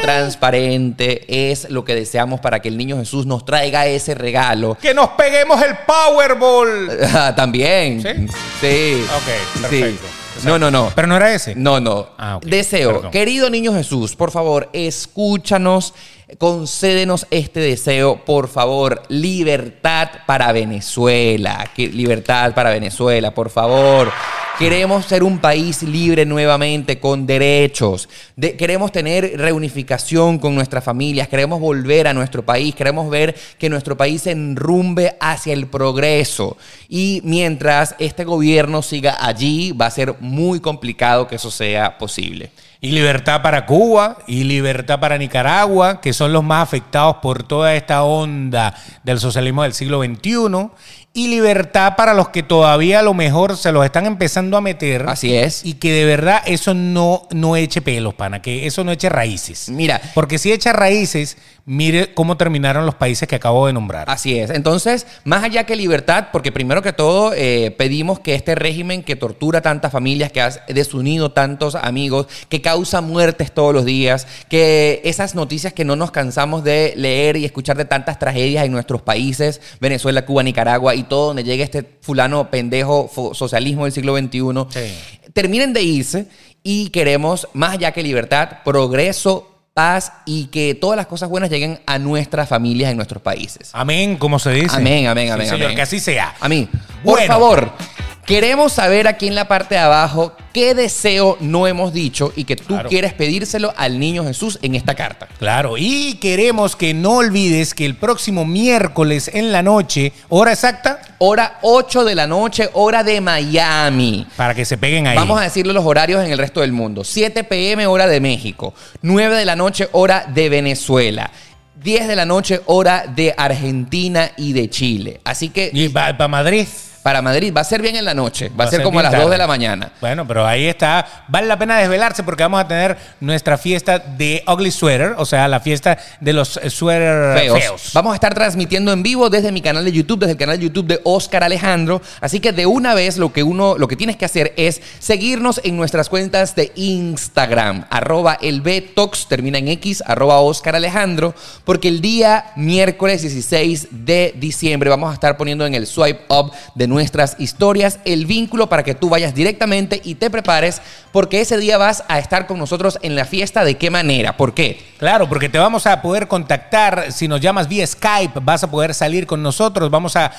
transparente es lo que deseamos para que el niño Jesús nos traiga ese regalo.
que nos peguemos el Powerball.
Ah, También.
¿Sí?
Sí.
Ok,
Sí.
perfecto.
No, no, no.
Pero no era ese.
No, no.
Ah, ok.
Deseo.
Perdón.
Querido niño Jesús, por favor, escúchanos. Concédenos este deseo, por favor. Libertad para Venezuela. Que- libertad para Venezuela, por favor. Queremos ser un país libre nuevamente, con derechos. De- queremos tener reunificación con nuestras familias. Queremos volver a nuestro país. Queremos ver que nuestro país se enrumbe hacia el progreso. Y mientras este gobierno siga allí, va a ser muy complicado que eso sea posible.
Y libertad para Cuba y libertad para Nicaragua, que son los más afectados por toda esta onda del socialismo del siglo XXI. Y libertad para los que todavía a lo mejor se los están empezando a meter.
Así es.
Y que de verdad eso no, no eche pelos, pana, que eso no eche raíces.
Mira.
Porque si echa raíces, mire cómo terminaron los países que acabo de nombrar.
Así es. Entonces, más allá que libertad, porque primero que todo eh, pedimos que este régimen que tortura tantas familias, que ha desunido tantos amigos, que causa muertes todos los días, que esas noticias que no nos cansamos de leer y escuchar de tantas tragedias en nuestros países, Venezuela, Cuba, Nicaragua y todo donde llegue este fulano pendejo fo- socialismo del siglo XXI, terminen de irse y queremos, más allá que libertad, progreso paz y que todas las cosas buenas lleguen a nuestras familias en nuestros países.
Amén, como se dice.
Amén, amén, amén,
Sí, señor,
amén.
que así sea.
A mí. Por
Bueno.
favor, queremos saber aquí en la parte de abajo qué deseo no hemos dicho y que tú
Claro.
quieres pedírselo al niño Jesús en esta carta.
Claro, y queremos que no olvides que el próximo miércoles en la noche, hora exacta,
Hora 8 de la noche, hora de Miami.
para que se peguen ahí.
Vamos a decirle los horarios en el resto del mundo. 7 pm hora de México, 9 de la noche hora de Venezuela, 10 de la noche hora de Argentina y de Chile. Así que
Y para Madrid.
para Madrid va a ser bien en la noche, va, a ser,
ser
como a
bien
las 2
tarde.
de la mañana.
Bueno, pero ahí está. Vale la pena desvelarse porque vamos a tener nuestra fiesta de Ugly Sweater, o sea, la fiesta de los eh, sweater
feos.
feos.
Vamos a estar transmitiendo en vivo desde mi canal de YouTube, desde el canal de YouTube de Oscar Alejandro. Así que de una vez lo que uno, lo que tienes que hacer es seguirnos en nuestras cuentas de Instagram, arroba el Btox, termina en X, arroba Oscar Alejandro, porque el día miércoles 16 de diciembre vamos a estar poniendo en el swipe up de nuestras historias el vínculo para que tú vayas directamente y te prepares, porque ese día vas a estar con nosotros en la fiesta. ¿De qué manera? ¿Por qué?
Claro, porque te vamos a poder contactar. Si nos llamas vía Skype, vas a poder salir con nosotros. Vamos a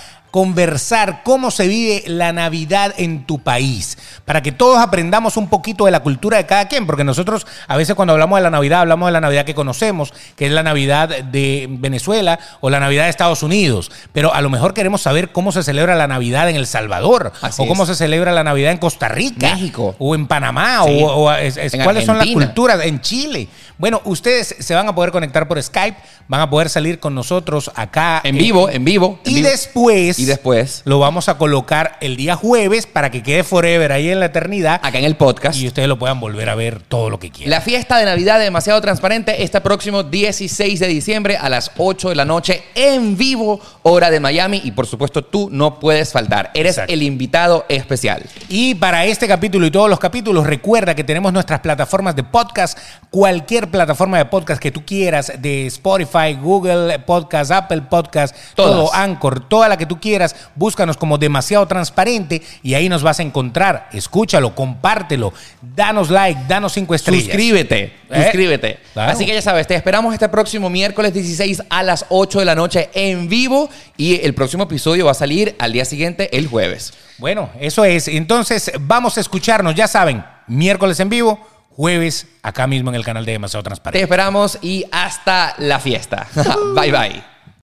conversar cómo se vive la Navidad en tu país. Para que todos aprendamos un poquito de la cultura de cada quien. Porque nosotros a veces cuando hablamos de la Navidad, hablamos de la Navidad que conocemos, que es la Navidad de Venezuela o la Navidad de Estados Unidos. Pero a lo mejor queremos saber cómo se celebra la Navidad en El Salvador.
Así
o cómo
es.
se celebra la Navidad en Costa Rica.
México.
O en Panamá.
Sí.
O, o es- es-
En
cuáles son las
Argentina.
culturas culturas en Chile. Bueno, ustedes se van a poder conectar por Skype, van a poder salir con nosotros acá.
En vivo, en vivo. en
Y
vivo.
después
Y después.
Lo vamos a colocar el día jueves para que quede forever ahí en la eternidad
acá en el podcast.
y ustedes lo puedan volver a ver todo lo que quieran.
La fiesta de Navidad de Demasiado Transparente está próximo 16 de diciembre a las 8 de la noche en vivo, hora de Miami. Y por supuesto, tú no puedes faltar. Eres
Exacto.
el invitado especial.
Y para este capítulo y todos los capítulos, recuerda que tenemos nuestras plataformas de podcast, cualquier plataforma de podcast que tú quieras, de Spotify, Google Podcast, Apple Podcast,
Todas.
todo Anchor, toda la que tú quieras, búscanos como demasiado transparente y ahí nos vas a encontrar. Escúchalo, compártelo, danos like, danos cinco estrellas.
Suscríbete,
Eh,
suscríbete.
claro.
Así que ya sabes, te esperamos este próximo miércoles 16 a las 8 de la noche en vivo y el próximo episodio va a salir al día siguiente, el jueves.
Bueno, eso es. Entonces, vamos a escucharnos, ya saben, miércoles en vivo, jueves acá mismo en el canal de Demasiado
Te
Transparente.
esperamos y hasta la fiesta. [laughs] bye bye.